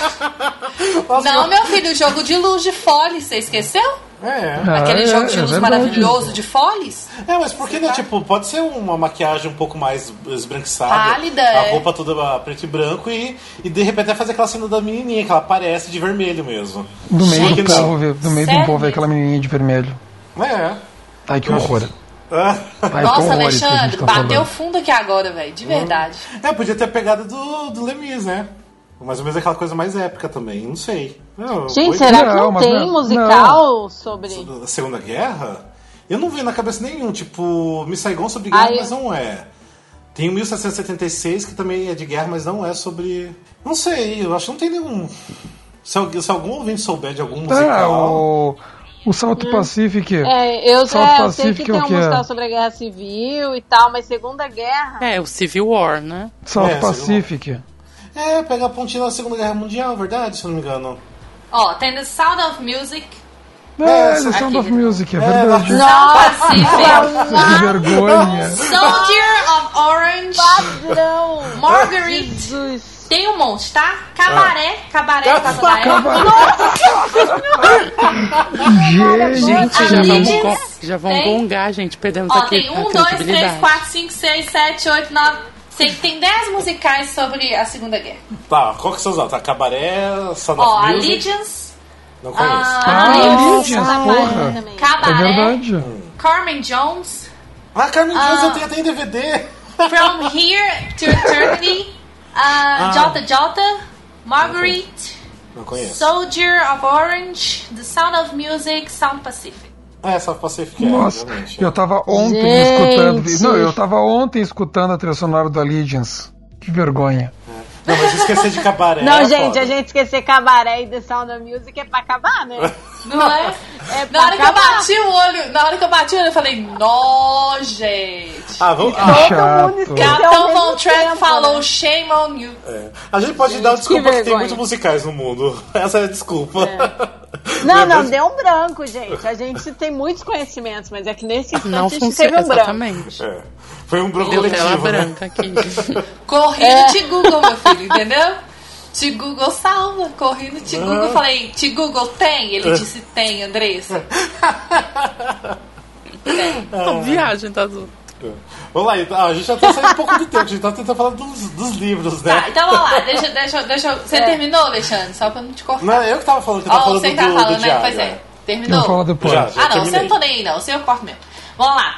pô. Não, meu filho, o jogo de luz de fole, você esqueceu?
É.
Aquele
Ah,
jogo
é,
de
é
luz
verdade.
maravilhoso de foles?
É, mas por que não? Tipo, pode ser uma maquiagem um pouco mais esbranquiçada.
Pálida,
A
é.
roupa toda preto e branco e, e de repente vai fazer aquela cena da menininha que ela aparece de vermelho mesmo.
No meio
Por que
do
não?
povo, no meio do
Sério?
povo é aquela menininha de vermelho.
É.
Ai, que horror.
Ah,
Ai, É que
Nossa,
horror isso que a
Alexandre,
gente tá
bateu
falando. Hum.
fundo aqui agora, velho, de verdade.
É, podia ter a pegada do, do Lemis, né? Mais ou menos aquela coisa mais épica também, não sei. Não, foi-
Gente, será que
Não,
não
mas
tem
não-
musical sobre.
da Segunda Guerra? Eu não vi na cabeça nenhum, tipo, Miss Saigon sobre
Ah,
guerra,
eu-
mas não é. Tem o 1776, que também é de guerra, mas não é sobre. Não sei, eu acho que não tem nenhum. Se, alguém- se algum ouvinte souber de algum
Tá,
musical.
o, o South Pacific.
Hum. É, eu,
South
é, eu sei que
Pacific é
tem
o
um
que é?
musical sobre a guerra civil e tal, mas Segunda Guerra.
É, o Civil War, né?
South
É, essa
Pacific.
É, pega a pontinha da Segunda Guerra Mundial, verdade, se eu não me engano.
Ó, tem The Sound of Music,
É,
Essa
The Sound of
aqui.
Music, é
É,
verdade.
Nossa,
Pacific,
Que vergonha.
Soldier of Orange,
padrão!
Marguerite.
Jesus!
Tem um monte, tá? Cabaré,
Ah.
cabaré, tá Casa da Eva.
Gente,
Gente, já vamos,
Amigos,
gon- já vão
tem-
gongar, gente. Perdemos
Ó,
aqui
tem
a
1, 2, 3,
credibilidade.
4, 5, 6, 7, 8, 9. Sei que tem 10 musicais sobre a Segunda Guerra.
Tá, qual que são os Tá, Cabaré, Sound
Ó,
of Music,
Allegiance,
Não conheço.
ah,
Nossa,
Lídias, porra.
Também.
É
Cabaré,
verdade.
Carmen Jones,
Ah, Carmen Dias,
Ah.
eu tenho até em DVD.
From Here to Eternity,
Ah.
uh, Jota Jota, Marguerite,
Não conheço.
Soldier of Orange, The Sound of Music, Sound Pacific.
É, só Pacific é,
Nossa,
realmente.
eu tava ontem
Gente.
escutando. Não, eu tava ontem escutando a trilha sonora do Allegiance. Que vergonha.
Não, mas esquecer de Cabaré.
Não,
é
gente,
foda.
a gente esquecer cabaré e The Sound of Music é pra acabar, né?
Não é?
É
Na
pra
hora que eu assim,
acabar.
bati o olho, na hora que eu bati o olho, eu falei, nó, gente.
Ah, vamos. ah,
Que
mundo
chato.
esquece. é ao
Capitão
mesmo
Von Trapp
tempo,
falou
né?
shame on you.
É. A gente pode dar desculpa que, tem
vergonha.
muitos musicais no mundo. Essa é a desculpa.
Não, não,
Mas-
deu um branco, gente. A gente tem muitos conhecimentos, mas é que nesse instante
Não
a gente teve
funciona,
um branco.
exatamente.
É. Foi um branco
Deu tela
coletivo, né?
branca aqui.
Correndo te Google, meu filho, entendeu? Te Google salva, correndo te Google. Eu falei, te Google tem?
É.
Ele disse tem, Andressa.
Não, viagem, tá azul.
É. Vamos lá, então. Ah, a gente já tá saindo um pouco do tempo, a gente tá tentando falar dos, dos livros, né?
Tá, então vamos lá, deixa, deixa, deixa. eu- Você terminou, Alexandre? Só pra não te cortar.
Não, é eu que tava falando que eu tava
Ó,
falando
você
do,
que tá
do
falando, né?
diário.
Pois é.
é.
Terminou?
Não fala
Já,
depois.
já
Ah, não, você
terminei.
não tô nem aí, não. Você eu corto mesmo. Vamos lá.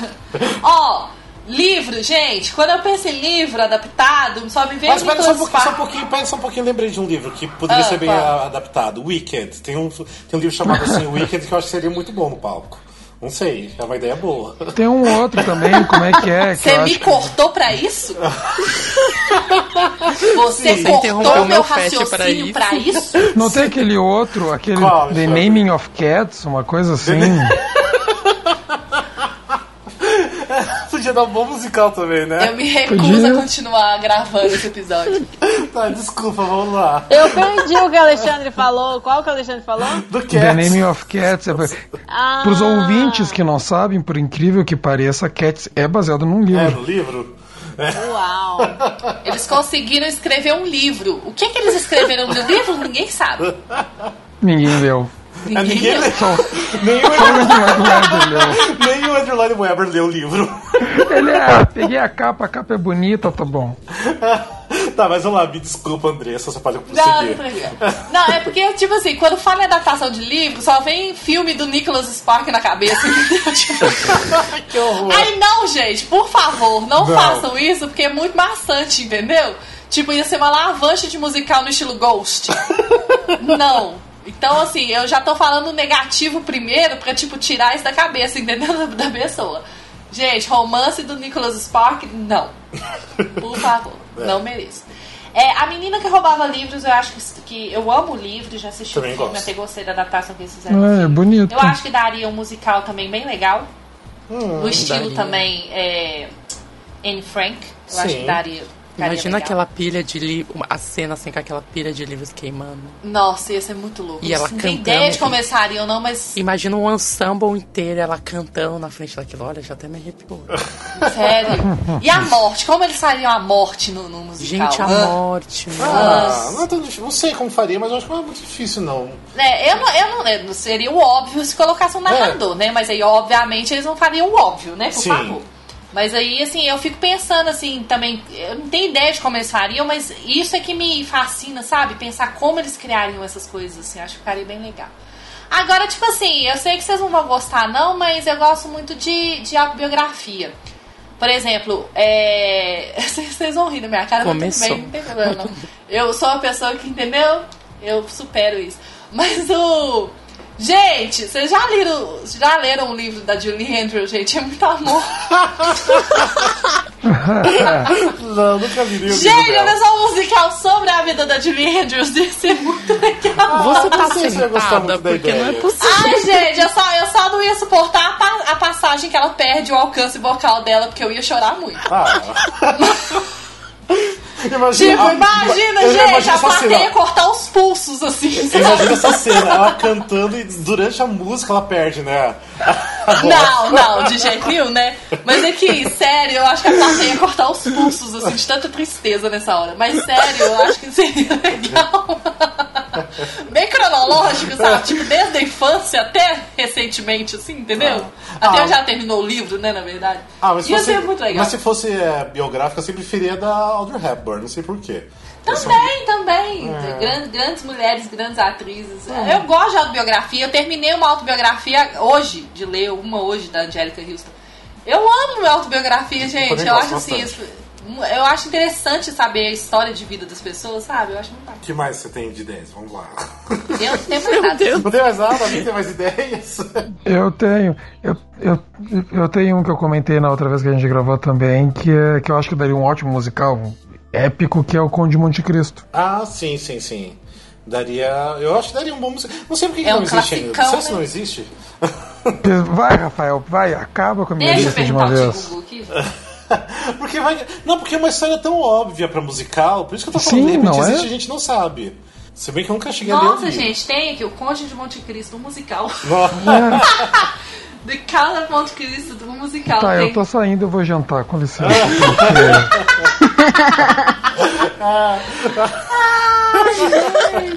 Ó, livro, gente. Quando eu penso em livro adaptado, só me vem
Mas
o
pera só um
Nicholas
pouquinho, só um
Sparks.
pouquinho, pera só um pouquinho, lembrei de um livro que poderia
Ah,
ser bem
fala.
ah, adaptado. Wicked. Tem um, tem um livro chamado assim, Wicked, que eu acho que seria muito bom no palco. Não sei, é uma ideia boa.
Tem um outro também, como é que é? Que
Você
eu
me
acho que...
cortou pra isso? Você, cortou
interrompeu
meu
meu fast
raciocínio pra
pra
isso?
Não tem aquele outro, aquele
Qual,
The
Alexandre?
Naming of Cats, uma coisa assim.
Podia dar um bom musical também, né?
Eu me recuso
Podia.
a continuar gravando esse episódio.
Tá, desculpa, vamos lá.
Eu perdi o que o Alexandre falou. Qual que o Alexandre falou?
Do
The
Cats.
Naming of Cats. É... Para
Ah,
os ouvintes que não sabem, por incrível que pareça, Cats é baseado num
É,
livro.
no livro?
Uau! Eles conseguiram escrever um livro. O que, que eles escreveram no livro? Ninguém sabe.
Ninguém leu.
Ah, É, ninguém
leu.
leu.
Só,
Nem
só o
o,
Andrew Lloyd leu.
nem o Andrew Lloyd Webber leu o livro.
Ele é, peguei a capa, a capa é bonita, tá bom.
tá, mas vamos lá, me desculpa, Andressa, só para eu
Não, não,
prosseguir.
tem jeito. não, é porque, tipo assim, quando fala em adaptação de livro, só vem filme do Nicholas Spark na cabeça. entendeu? Tipo,
que horror.
Aí não, gente, por favor, não,
Não.
façam isso, porque é muito maçante, entendeu? Tipo, ia ser uma alavanche de musical no estilo Ghost. não. Então, assim, eu já tô falando negativo primeiro pra, tipo, tirar isso da cabeça, entendeu? Da pessoa. Gente, romance do Nicholas Spark, não. Por favor, não mereço. É, a menina que roubava livros, eu acho que, que eu amo livros, já assisti o
Também
filme,
gosto.
até gostei da adaptação que eles fizeram.
É, é bonito.
Eu acho que daria um musical também bem legal.
Ah,
no estilo
daria.
também é, Anne Frank. Eu acho
Sim.
que daria. daria
Imagina
é legal.
aquela pilha de livros, a cena assim com aquela pilha de livros queimando.
Nossa, ia ser muito louco.
E ela
não tem
cantando.
ideia de começaria ou não, mas
Imagina um ensemble inteiro ela cantando na frente daquilo. Olha, já até me arrepiou.
sério. E a morte? Como eles fariam a morte no, no musical?
Gente, a
Hã?
morte.
Ah, não é tão difícil. Não sei como faria, mas eu acho que não é muito difícil, não.
É, eu não, eu não lembro. Seria o óbvio se colocasse um narrador, né? Mas aí, obviamente, eles não fariam o óbvio, né? Por
Sim.
favor. Mas aí, assim, eu fico pensando, assim, também. Eu não tenho ideia de como eles fariam, mas isso é que me fascina, sabe? Pensar como eles criariam essas coisas, assim. Acho que ficaria bem legal. Agora, tipo assim, eu sei que vocês não vão gostar, não, mas eu gosto muito de, de autobiografia. Por exemplo, é... vocês vocês vão rir da minha cara,
Começou.
mas tudo bem, não tem problema, não. Eu sou uma pessoa que, entendeu? Eu supero isso. Mas o. Gente, vocês já leram, já leram o livro da Julie Andrews, gente? É muito amor.
Não, nunca vi nenhum livro
Gente,
dela.
olha só um musical sobre a vida da Julie Andrews. Isso é muito legal.
Você
não
tá
sei se eu ia gostar
sentada,
muito da
porque não é
ideia.
possível.
Ai, gente, eu só, eu só não ia suportar a, pa- a passagem que ela perde o alcance vocal dela, porque eu ia chorar muito.
Ah. imagina,
Tipo, imagina,
eu
gente,
imagino
a
essa cena.
plateia cortar os pulsos, assim.
Eu
sabe?
imagino essa cena, ela cantando e durante a música ela perde, né?
Não, não, de jeito nenhum, né? Mas é que, sério, eu acho que a plateia ia cortar os pulsos, assim, de tanta tristeza nessa hora. Mas, sério, eu acho que seria legal. Bem cronológico, sabe? Tipo, desde a infância até recentemente, assim, entendeu? Até
Ah.
eu já terminou o livro, né, na verdade.
Ah, mas se
Ia
fosse,
ser muito legal.
Mas se fosse é, biográfica, eu sempre preferia da Audrey Hepburn, não sei porquê. um
Também, também. Grandes, grandes mulheres, grandes atrizes. Eu gosto de autobiografia. Eu terminei uma autobiografia hoje, de ler uma hoje da Angélica Houston. Eu amo minha autobiografia, gente.
também
Eu
gosto
acho assim,
bastante.
isso- eu acho interessante saber a história de vida das pessoas, sabe? Eu acho muito
O
bacana.
que mais você tem de ideias? Vamos lá.
Eu tenho mais nada.
Não tem mais nada? Alguém tem mais ideias?
Eu tenho. Eu, eu, eu tenho um que eu comentei na outra vez que a gente gravou também, que, é, que eu acho que daria um ótimo musical, um épico, que é o Conde de Monte Cristo.
Ah, sim, sim, sim. Daria. Eu acho que daria um bom museu. Não sei por que que
É
não
um
existe ainda.
classicão,
Será que
né?
não existe?
Vai, Rafael, vai, acaba com a minha
Deixa eu
lista de uma
perguntar tipo, o
vez.
Google aqui.
porque vai. Não, porque é uma história tão óbvia pra musical, por isso que eu tô falando,
Sim,
de repente
não é?
existe e a gente não sabe. Se bem que eu nunca cheguei a ler. o
Nossa,
livro.
gente, tem aqui o Conde de Monte Cristo, um musical.
Nossa.
The Count of Monte Cristo, do musical.
Tá, eu
Tem-
tô saindo, eu vou jantar, com licença.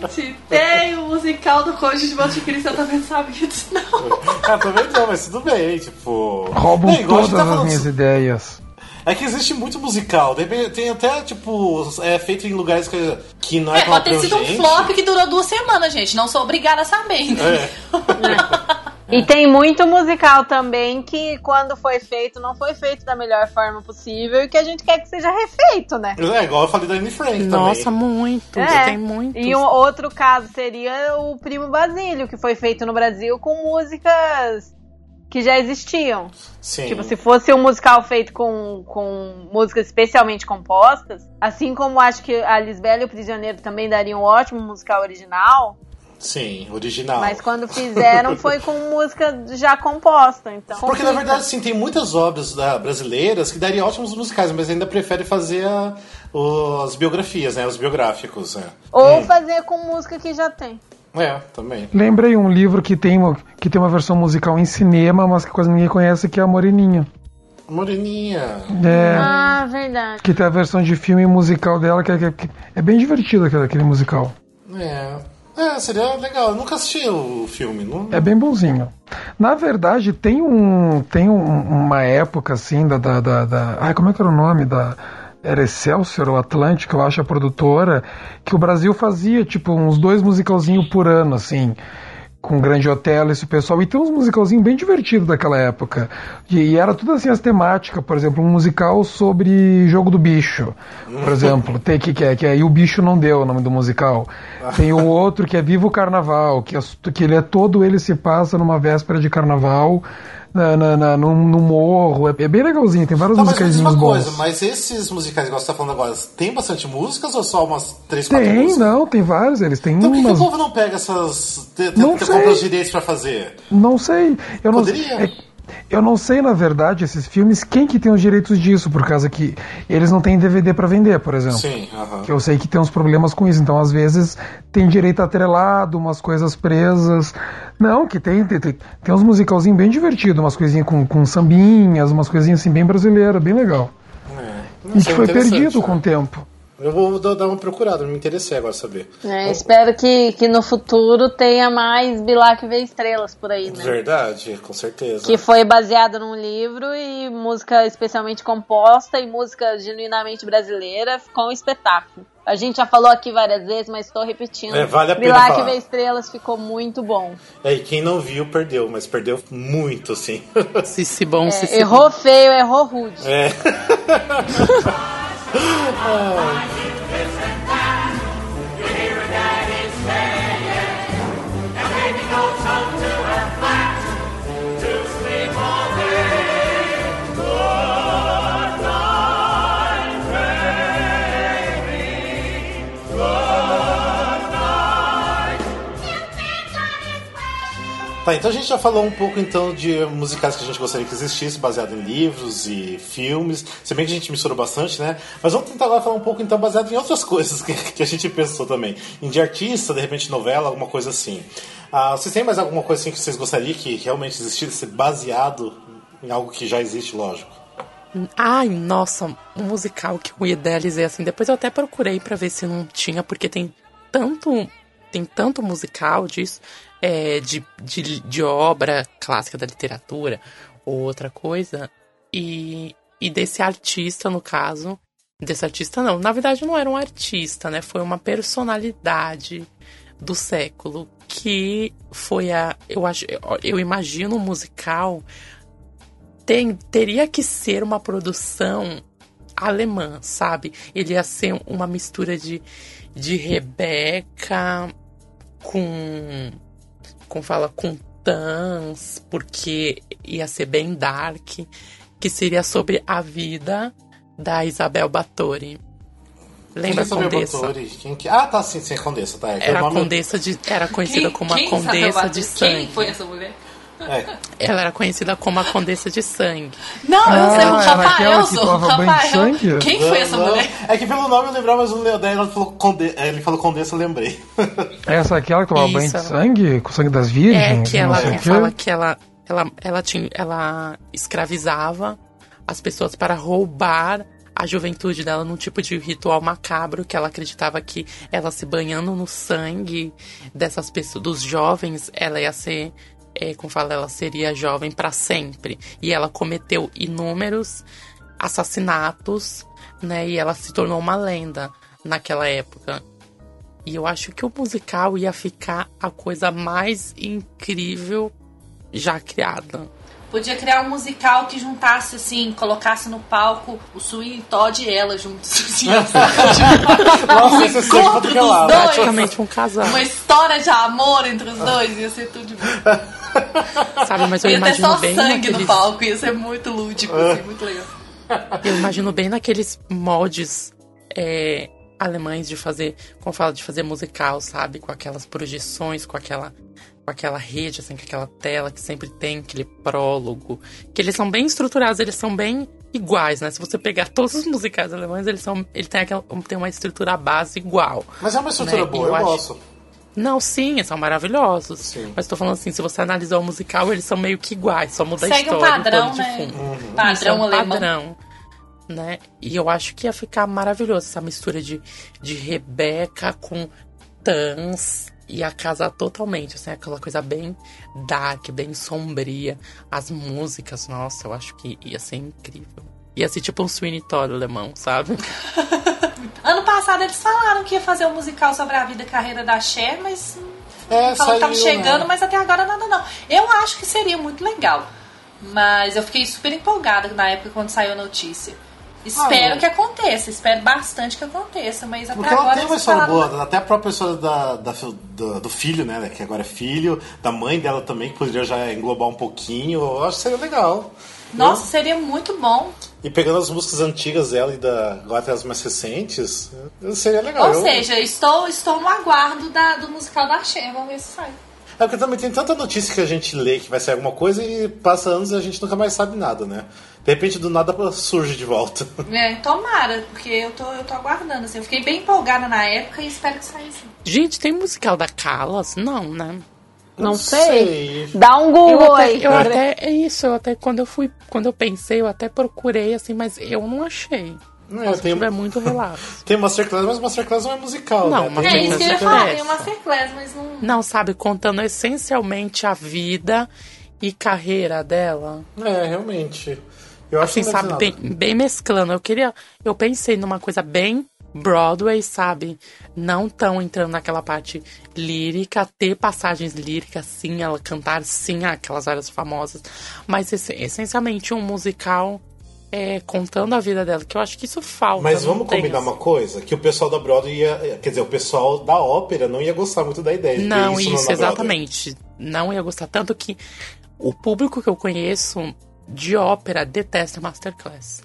Gente, tem o musical do Conde de Monte Cristo, eu também não sabia disso, não.
Ah, também não, mas tudo bem, tipo.
Roubam
Não, igual a
todas
gente tá
as
falando-
minhas ideias.
É que existe muito musical, de repente tem até, tipo, é feito em lugares que, que não é,
É,
tão
pode ter sido um
abrangente.
flop que durou duas semanas, gente. Não sou obrigada a saber. entendeu?
É,
E tem muito musical também que, quando foi feito, não foi feito da melhor forma possível e que a gente quer que seja refeito, né?
É, igual eu falei da Anne Frank
Nossa,
também.
muitos.
É.
Tem muitos.
E um outro caso seria o Primo Basílio, que foi feito no Brasil com músicas que já existiam.
Sim.
Tipo, se fosse um musical feito com, com músicas especialmente compostas, assim como acho que a Lisbela e o Prisioneiro também dariam um ótimo musical original,
Sim, original.
mas quando fizeram foi com música já composta,
é
então.
Porque na verdade, sim, tem muitas obras da- brasileiras que dariam ótimos musicais, mas ainda prefere fazer a- o- as biografias, né? Os biográficos, né?
Ou fazer com música que já tem.
É, também.
Lembrei um livro que tem, uma- que tem uma versão musical em cinema, mas que quase ninguém conhece, que é a Moreninha.
Moreninha.
É,
Ah, verdade.
que tem a versão de filme musical dela, que, que- que é bem divertido aquele, aquele musical.
É. É, seria legal. Eu nunca assisti o filme. Não...
É bem bonzinho. Na verdade, tem um. Tem um- uma época assim da. da, da, da- ai, como é que era o nome? Da. Era Excelsior ou Atlântica, eu acho, a produtora, que o Brasil fazia, tipo, uns dois musicalzinhos por ano, assim, com Grande Hotel, esse pessoal. E tem uns musicalzinhos bem divertidos daquela época. E, e era tudo assim as temáticas, por exemplo, um musical sobre jogo do bicho, por exemplo. Tem que, que, é, que é E o Bicho Não Deu, o nome do musical. Tem o outro que é Viva o Carnaval, que, é- que ele é todo, ele se passa numa véspera de carnaval, na, na, na- num, num morro. É, é bem legalzinho, tem vários
Tá, mas me diz
musicaizinhos
uma
bons.
coisa, mas esses musicais que você tá falando agora, tem bastante músicas ou só umas três, quatro
Tem,
músicas?
não, tem vários, eles têm
Então por que, que o
umas.
povo não pega essas. te- te-
Não
te-
sei.
compra os direitos pra fazer?
Não sei. Eu não,
Poderia. né?
é- eu não sei, na verdade, esses filmes, quem que tem os direitos disso, por causa que eles não têm DVD pra vender, por exemplo.
Sim, aham.
Que eu sei que tem uns problemas com isso, então às vezes tem direito atrelado, umas coisas presas. Não, que tem, tem, tem, tem uns musicalzinhos bem divertidos, umas coisinhas com, com sambinhas, umas coisinhas assim bem brasileiras, bem legal.
É.
e
Nossa,
que foi
interessante,
perdido
né?
com o tempo.
Eu vou dar dar uma procurada, me interessei agora saber.
É, espero que, que no futuro tenha mais Bilá que vê estrelas por aí, né?
Verdade, com certeza.
Que foi baseado num livro e música especialmente composta e música genuinamente brasileira. Ficou um espetáculo. A gente já falou aqui várias vezes, mas estou repetindo.
É, vale a pena
Bilá que
falar.
vê estrelas ficou muito bom.
É, e quem não viu perdeu, mas perdeu muito, assim.
Se se bom,
É.
se se
É, Errou feio, errou rude.
É. Tá, então a gente já falou um pouco então de musicais que a gente gostaria que existisse, baseado em livros e filmes. Se bem que a gente misturou bastante, né? Mas vamos tentar agora falar um pouco então baseado em outras coisas que, que a gente pensou também. Em de artista, de repente novela, alguma coisa assim. Ah, vocês têm mais alguma coisa assim que vocês gostariam que realmente existisse baseado em algo que já existe, lógico?
um, Ai, nossa, um musical que eu idealizei assim. Depois eu até procurei pra ver se não tinha, porque tem tanto, tem tanto musical disso, é, de, de, de obra clássica da literatura ou outra coisa. E, e desse artista, no caso. Desse artista, não. Na verdade, não era um artista, né? Foi uma personalidade do século que foi a. Eu, acho, eu imagino um musical tem- teria que ser uma produção alemã, sabe? Ele ia ser uma mistura de, de Rebeca com. com fala, com Tans, porque ia ser bem dark, que seria sobre a vida da Isabel Bathory. Lembra
Quem
a
que é Isabel
Condessa?
Bottori? Quem que- Ah, tá, sim, sim, Condessa, tá. É, que
Era
o
a
nome-
condessa de, era conhecida como a
quem
condessa
Isabel
de
Bathory? Quem
sangue.
foi essa mulher?
é.
Ela era conhecida como a condessa de sangue.
Não, eu sei, o
Ah, era
Rafael,
aquela que
sou o
tomava banho de
Rafael.
sangue?
Quem foi essa
Não, não.
mulher?
É que pelo nome eu lembrava, mas o Leonel falou Conde... ele falou Condessa, eu lembrei.
Essa é aquela que tomava banho de
Isso.
sangue, com sangue das virgens,
É que
né? não
ela
sei o quê.
fala que ela, ela, ela, tinha, ela escravizava as pessoas para roubar a juventude dela num tipo de ritual macabro que ela acreditava que ela se banhando no sangue dessas pessoas, dos jovens, ela ia ser, é, como fala, ela seria jovem para sempre. E ela cometeu inúmeros assassinatos, né? E ela se tornou uma lenda naquela época. E eu acho que o musical ia ficar a coisa mais incrível já criada.
Podia criar um musical que juntasse, assim, colocasse no palco o Sweeney Todd e ela juntos. assim,
Nossa,
um
esse seja pra tudo
encontro dos
que é lado.
dois.
Praticamente um casal.
Uma história de amor entre os dois ia ser tudo de bom.
Sabe, mas eu
Ia ter
imagino
só
bem
sangue no
naqueles,
palco, ia ser muito lúdico, assim, muito legal.
eu imagino bem naqueles moldes é, alemães de fazer, como fala, de fazer musical, sabe? Com aquelas projeções, com aquela com aquela rede, assim, com aquela tela que sempre tem, aquele prólogo. Que eles são bem estruturados, eles são bem iguais, né? Se você pegar todos os musicais alemães, eles são. Ele tem, aquela, tem uma estrutura base igual.
Mas é uma estrutura
né?
boa,
Eu
eu,
acho-
gosto.
Não, sim, são maravilhosos.
Sim.
Mas tô falando assim, se você analisar o musical, eles são meio que iguais, só muda
Segue
a
um
história. o
padrão,
pano de
né?
fundo. Isso é
Padrão
um
alemão.
padrão, né? E eu acho que ia ficar maravilhoso essa mistura de, de Rebeca com Tans. Ia casar totalmente, assim, aquela coisa bem dark, bem sombria. As músicas, nossa, eu acho que ia ser incrível. Ia ser tipo um swinitório alemão, sabe?
Ano passado eles falaram que ia fazer um musical sobre a vida e carreira da Cher, mas
É,
falou que tava
saiu, né?
chegando, mas até agora nada não. Eu acho que seria muito legal. Mas eu fiquei super empolgada na época quando saiu a notícia. Espero
Ah, eu-
que aconteça, espero bastante que aconteça, mas até
Porque ela
agora
tem uma
eles
história
falaram
boa, até a própria história da, da- do, do filho, né? Que agora é filho, da mãe dela também, que poderia já englobar um pouquinho. Eu acho que seria legal.
Nossa, seria muito bom.
E pegando as músicas antigas dela e da, agora até as mais recentes, seria legal.
Ou
Eu-
seja, estou, estou no aguardo da- do musical da Cher. Vamos ver se sai.
É porque também tem tanta notícia que a gente lê que vai sair alguma coisa e passa anos e a gente nunca mais sabe nada, né? De repente, do nada surge de volta.
É, tomara, porque eu tô, eu tô aguardando. Assim. Eu fiquei bem empolgada na época e espero que saia sim.
Gente, tem musical da Callas? Não, né?
Não sei. Dá um Google
eu até,
aí.
eu até- é isso, eu até quando eu fui, quando eu pensei, eu até procurei assim, mas eu não achei.
Não,
Nossa,
Ah, tem-
tiver muito relato.
Tem Masterclass, mas Masterclass não é musical,
Não,
né?
mas
Tem
É
tem
isso que eu ia
masterclass.
falar, tem uma masterclass, mas não.
Não, sabe, contando essencialmente a vida e carreira dela.
É, realmente. Eu acho
Assim,
que não deve
sabe,
nada.
bem, bem mesclando. Eu queria. Eu pensei numa coisa bem Broadway, sabe? Não tão entrando naquela parte lírica, ter passagens líricas, sim, ela cantar, sim, aquelas áreas famosas. Mas esse- essencialmente um musical é, contando a vida dela, que eu acho que isso falta.
Mas
não
vamos
tem,
combinar
assim.
uma coisa? Que o pessoal da Broadway ia. Quer dizer, o pessoal da ópera não ia gostar muito da ideia. de ter
Não,
na
isso,
Broadway.
exatamente. Não ia gostar. Tanto que o público que eu conheço de ópera detesta Masterclass.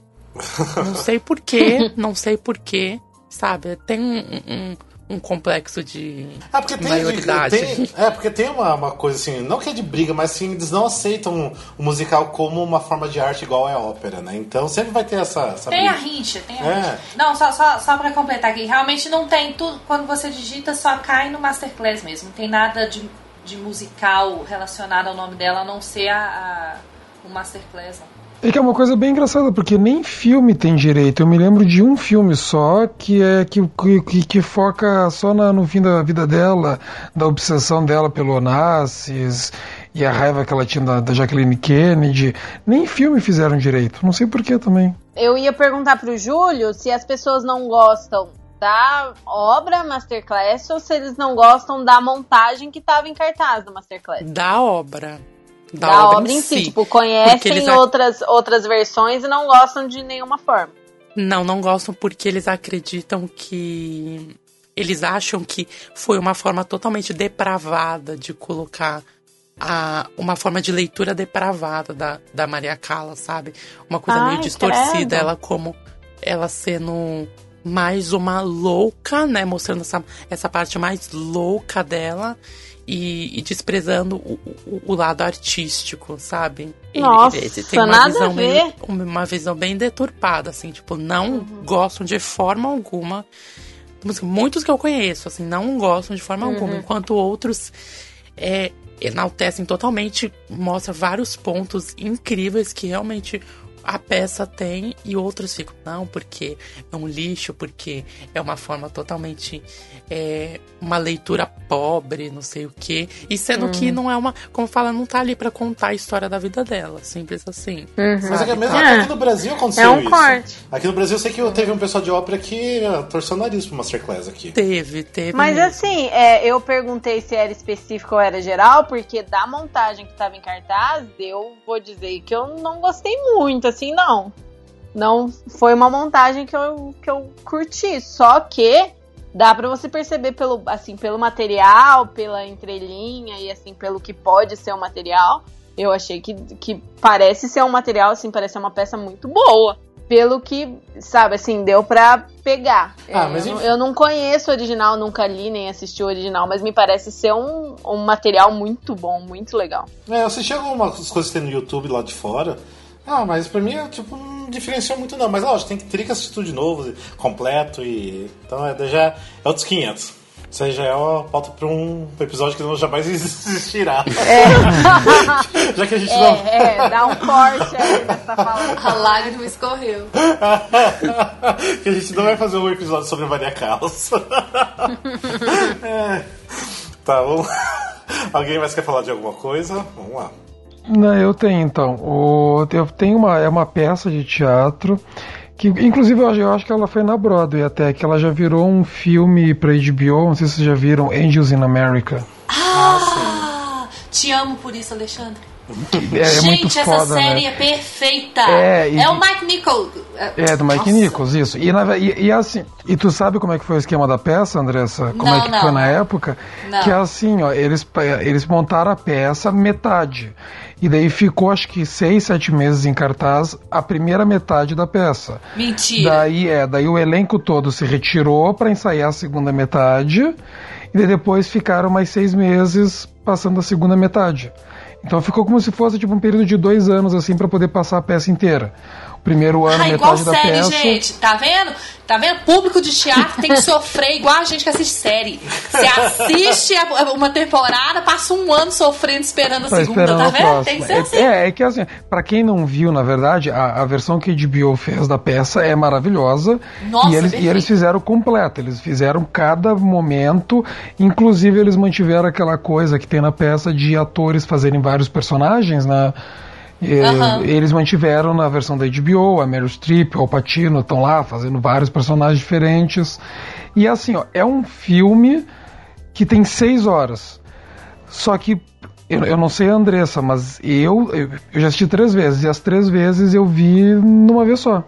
Não sei porquê, não sei porquê, sabe? Tem um, um- um complexo de
É porque tem,
maioridade.
tem- é porque tem uma, uma coisa assim, não que é de briga, mas sim, eles não aceitam o musical como uma forma de arte igual é a ópera, né? Então sempre vai ter essa,
Tá
essa
Tem a
briga.
rincha, tem a
É.
rincha. Não, só, só, só pra completar aqui, realmente não tem tudo. Quando você digita, só cai no Masterclass mesmo. Não tem nada de, de musical relacionado ao nome dela, a não ser a, a- o Masterclass. não.
É que é uma coisa bem engraçada, porque nem filme tem direito. Eu me lembro de um filme só que é que, que, que foca só na- no fim da vida dela, da obsessão dela pelo Onassis e a raiva que ela tinha da, da Jacqueline Kennedy. Nem filme fizeram direito. Não sei porquê também.
Eu ia perguntar pro Júlio se as pessoas não gostam da obra Masterclass ou se eles não gostam da montagem que tava em cartaz do Masterclass.
Da obra.
Da,
Da,
obra, em si, tipo,
Porque
conhecem
eles ac-
outras, outras versões e não gostam de nenhuma forma.
Não, não gostam porque eles acreditam que. Eles acham que foi uma forma totalmente depravada de colocar a, uma forma de leitura depravada da, da Maria Callas, sabe? Uma coisa
Ai,
meio distorcida,
credo.
ela como ela sendo mais uma louca, né? Mostrando essa, essa parte mais louca dela e, e desprezando o, o- o lado artístico, sabe? E-
Nossa, nada a
meio-
ver.
um,
Uhum.
uma visão bem deturpada, assim, tipo, não gostam de forma alguma. Tipo, assim, Muitos que eu conheço, assim, não gostam de forma
Uhum.
alguma, enquanto outros é, enaltecem totalmente, mostra vários pontos incríveis que realmente a peça tem e outros ficam, não, porque é um lixo, porque é uma forma totalmente é, uma leitura pobre, não sei o quê. E sendo que
Hum.
não é uma, como fala, não tá ali pra contar a história da vida dela, simples assim.
Mas é que mesmo
É.
aqui no Brasil aconteceu
É um
isso.
corte.
Aqui no Brasil eu sei que eu- teve um pessoal de ópera que ah, torceu o nariz pro Masterclass aqui.
Teve, teve.
Mas
mesmo.
assim, é, eu perguntei se era específico ou era geral, porque da montagem que tava em cartaz, eu vou dizer que eu não gostei muito, assim, não. Não foi uma montagem que eu, que eu curti, só que dá pra você perceber pelo, assim, pelo material, pela entrelinha e assim, pelo que pode ser o material. Eu achei que, que parece ser um material, assim, parece ser uma peça muito boa. Pelo que, sabe, assim, deu pra pegar.
Ah,
É,
mas
eu, não-
enfim.
eu não conheço o original, nunca li nem assisti o original, mas me parece ser um, um material muito bom, muito legal.
É, eu assisti algumas coisas que tem no YouTube lá de fora. Ah, mas pra mim, tipo, não diferenciou muito não. Mas lógico, tem que, teria que assistir tudo de novo, completo e... Então é, daí já é outros 500. Isso aí já é uma pauta pra um episódio que não jamais existirá.
É.
já que a gente não.
É, é, dá um corte aí nessa fala.
A lágrima escorreu.
que a gente não vai fazer um episódio sobre Maria Callas. É. Tá, vamos lá. Alguém mais quer falar de alguma coisa? Vamos lá.
Não, eu tenho então. O, eu tenho uma, é uma peça de teatro que, inclusive, eu, acho- eu acho que ela foi na Broadway até, que ela já virou um filme pra HBO, não sei se vocês já viram, Angels in America.
Ah, te amo por isso, Alexandre.
É, é
Gente,
muito
essa
foda,
série
né?
é perfeita.
É, e-
o Mike Nichols.
É, do Mike
Nossa.
Nichols, isso. E, na ve- e- e assim, e tu sabe como é que foi o esquema da peça, Andressa? Como
Não,
é que
não.
foi na época?
Não.
Que é assim, ó, eles, pa- eles montaram a peça metade. E daí ficou acho que seis, sete meses em cartaz a primeira metade da peça.
Mentira.
Daí é, daí o elenco todo se retirou pra ensaiar a segunda metade e daí depois ficaram mais seis meses passando a segunda metade. Então ficou como se fosse tipo um período de dois anos assim pra poder passar a peça inteira. O primeiro ano
Ah, igual
metade da
série,
peça.
gente. Tá vendo? Tá vendo? Público de teatro tem que sofrer igual a gente que assiste série. Você assiste a- uma temporada, passa um ano sofrendo, esperando a
Tá
segunda,
esperando
tá
a
vendo?
próxima.
Tem que ser
É-
assim.
é, é que assim, pra quem não viu, na verdade, a, a versão que a HBO fez da peça é maravilhosa.
Nossa,
e, eles, e
perfeito.
eles fizeram completa, eles fizeram cada momento, inclusive eles mantiveram aquela coisa que tem na peça de atores fazerem vários personagens, né? E-
Aham.
Eles mantiveram na versão da HBO, a Meryl Streep, o Al Pacino estão lá fazendo vários personagens diferentes. E assim, ó, é um filme que tem seis horas. Só que eu, eu não sei a Andressa, mas eu, eu eu já assisti três vezes e as três vezes eu vi numa vez só.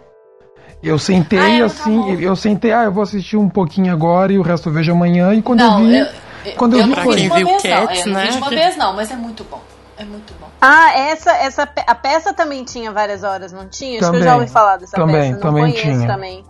Eu sentei
Ah, eu não
assim,
tava-
eu, eu sentei, ah, eu vou assistir um pouquinho agora e o resto eu vejo amanhã e quando
Não,
eu vi,
eu-
quando eu, vi
não
pra
vi
foi.
de
quem
uma
viu
vez, não.
Cats,
Eu não vi
né?
de uma
que-
vez, não, mas é muito bom. É muito bom.
Ah, essa, essa pe- a peça também tinha várias horas, não tinha? Acho que eu já
Também.
ouvi falar dessa
Também,
peça. Não
também
conheço
tinha.
também.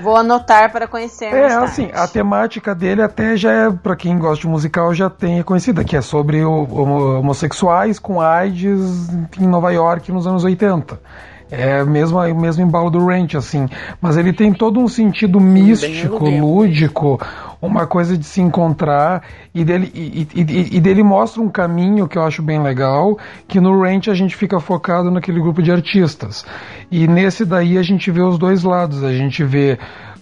Vou anotar para conhecer. tá?
É,
mais tarde.
assim, a temática dele até já é, pra quem gosta de musical, já tem é conhecida, que é sobre o- homo- homossexuais com AIDS em Nova York nos anos 80. É o mesmo, é o mesmo embalo do Ranch, assim. Mas ele tem todo um sentido místico,
Bem lúdico.
lúdico, uma coisa de se encontrar, e dele, e, e- e- e dele mostra um caminho que eu acho bem legal, que no Ranch a gente fica focado naquele grupo de artistas. E nesse daí a gente vê os dois lados, a gente vê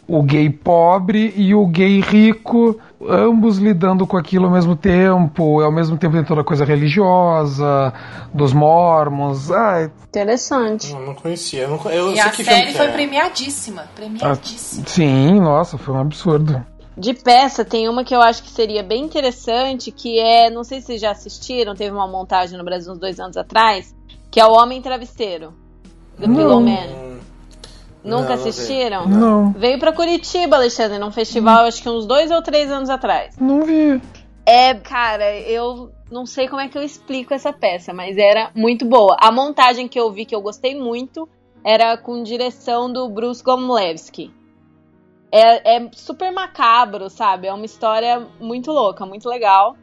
o gay pobre e o gay rico, ambos lidando com aquilo ao mesmo tempo, ao mesmo tempo tem toda a coisa religiosa, dos mormons, ah,
Interessante.
Eu não conhecia. Eu, não, co- eu
E
sei
a
que filme
série
que
foi
é.
Ah.
premiadíssima. Premiadíssima.
sim, nossa, foi um absurdo.
De peça, tem uma que eu acho que seria bem interessante, que é, não sei se vocês já assistiram, teve uma montagem no Brasil uns dois anos atrás, que é O Homem Travesteiro, do
Não.
Filomena.
Não, não
Nunca
vi.
assistiram?
Não,
Veio pra Curitiba, Alexandre, num festival, acho que uns dois ou três anos atrás.
não vi.
É, cara, eu não sei como é que eu explico essa peça, mas era muito boa. A montagem que eu vi que eu gostei muito era com direção do Bruce Gomlewski. É, é super macabro, sabe? É uma história muito louca, muito legal.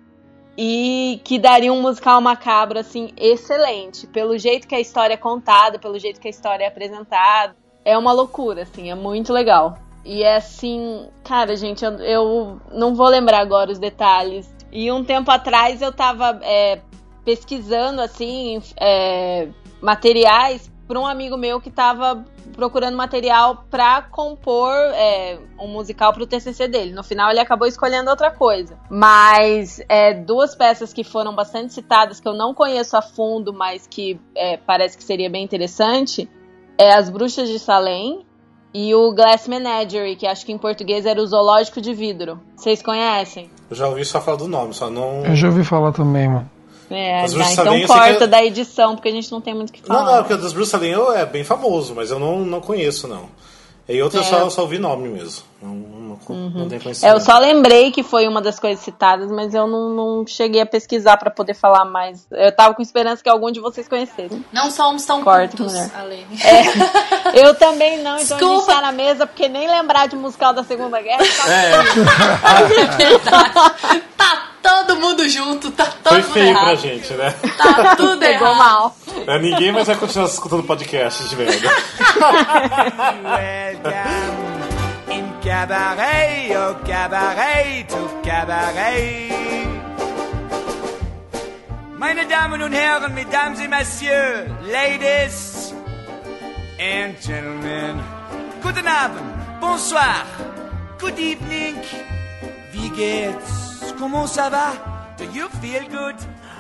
E que daria um musical macabro, assim, excelente. Pelo jeito que a história é contada, pelo jeito que a história é apresentada. É uma loucura, assim, é muito legal. E é assim, cara, gente, eu, eu não vou lembrar agora os detalhes. E um tempo atrás eu tava é, pesquisando, assim, é, materiais pra um amigo meu que tava procurando material pra compor é, um musical pro TCC dele. No final ele acabou escolhendo outra coisa. Mas é, duas peças que foram bastante citadas, que eu não conheço a fundo, mas que é, parece que seria bem interessante, é As Bruxas de Salem e o Glass Menagerie, que acho que em português era o Zoológico de Vidro. Vocês conhecem?
Eu já ouvi só falar do nome, só não.
Eu já ouvi falar também, mano.
É,
Mas
tá,
você
então
também, eu sei
corta
que eu-
da edição, porque a gente não tem muito o que falar.
Não, não, porque o dos Bruce Allen eu- é bem famoso, mas eu não, não conheço, não. E outra eu só, só ouvi nome mesmo. Não, não, não tenho
É,
conhecimento.
eu só lembrei que foi uma das coisas citadas, mas eu não, não cheguei a pesquisar pra poder falar mais. Eu tava com esperança que algum de vocês conhecessem.
Não um, somos tão
Corta,
cultos,
mulher.
Alene.
É.
Eu também não, então a gente
Desculpa.
tá na mesa, porque nem lembrar de musical da Segunda Guerra. Tá...
É,
Tá todo mundo junto, tá
foi
todo mundo
feio pra
errado.
gente, né?
Tá tudo
Pegou
errado.
mal.
É, ninguém mais vai continuar escutando podcast de merda.
Welcome
in cabaret, au cabaret, au cabaret. Meine Damen und Herren, Mesdames et Messieurs, Ladies and Gentlemen, guten Abend, bonsoir, good evening, wie geht's, comment ça va, do you feel good?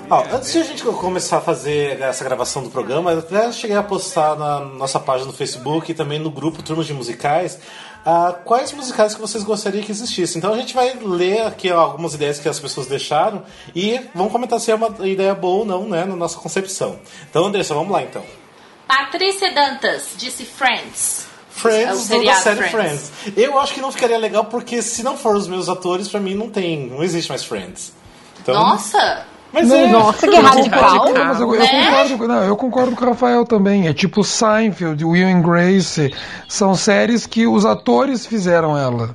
Ó, antes de a gente começar a fazer essa gravação do programa, eu até cheguei a postar na nossa página no Facebook e também no grupo Turmas de Musicais ah, quais musicais que vocês gostariam que existissem. Então a gente vai ler aqui ó, algumas ideias que as pessoas deixaram e vamos comentar se é uma ideia boa ou não, né, na nossa concepção. Então, Andressa, vamos lá então.
Patrícia Dantas disse Friends. É o
Friends da
seriado
série
Friends.
Friends. Eu acho que não ficaria legal porque se não for os meus atores, pra mim não tem, não existe mais Friends. Então,
Nossa!
mas
Não,
é,
Nossa, que
Eu
radical!
concordo, mas eu, eu concordo, com- não, eu concordo com o Rafael também. É tipo Seinfeld, Will and Grace. São séries que os atores fizeram ela.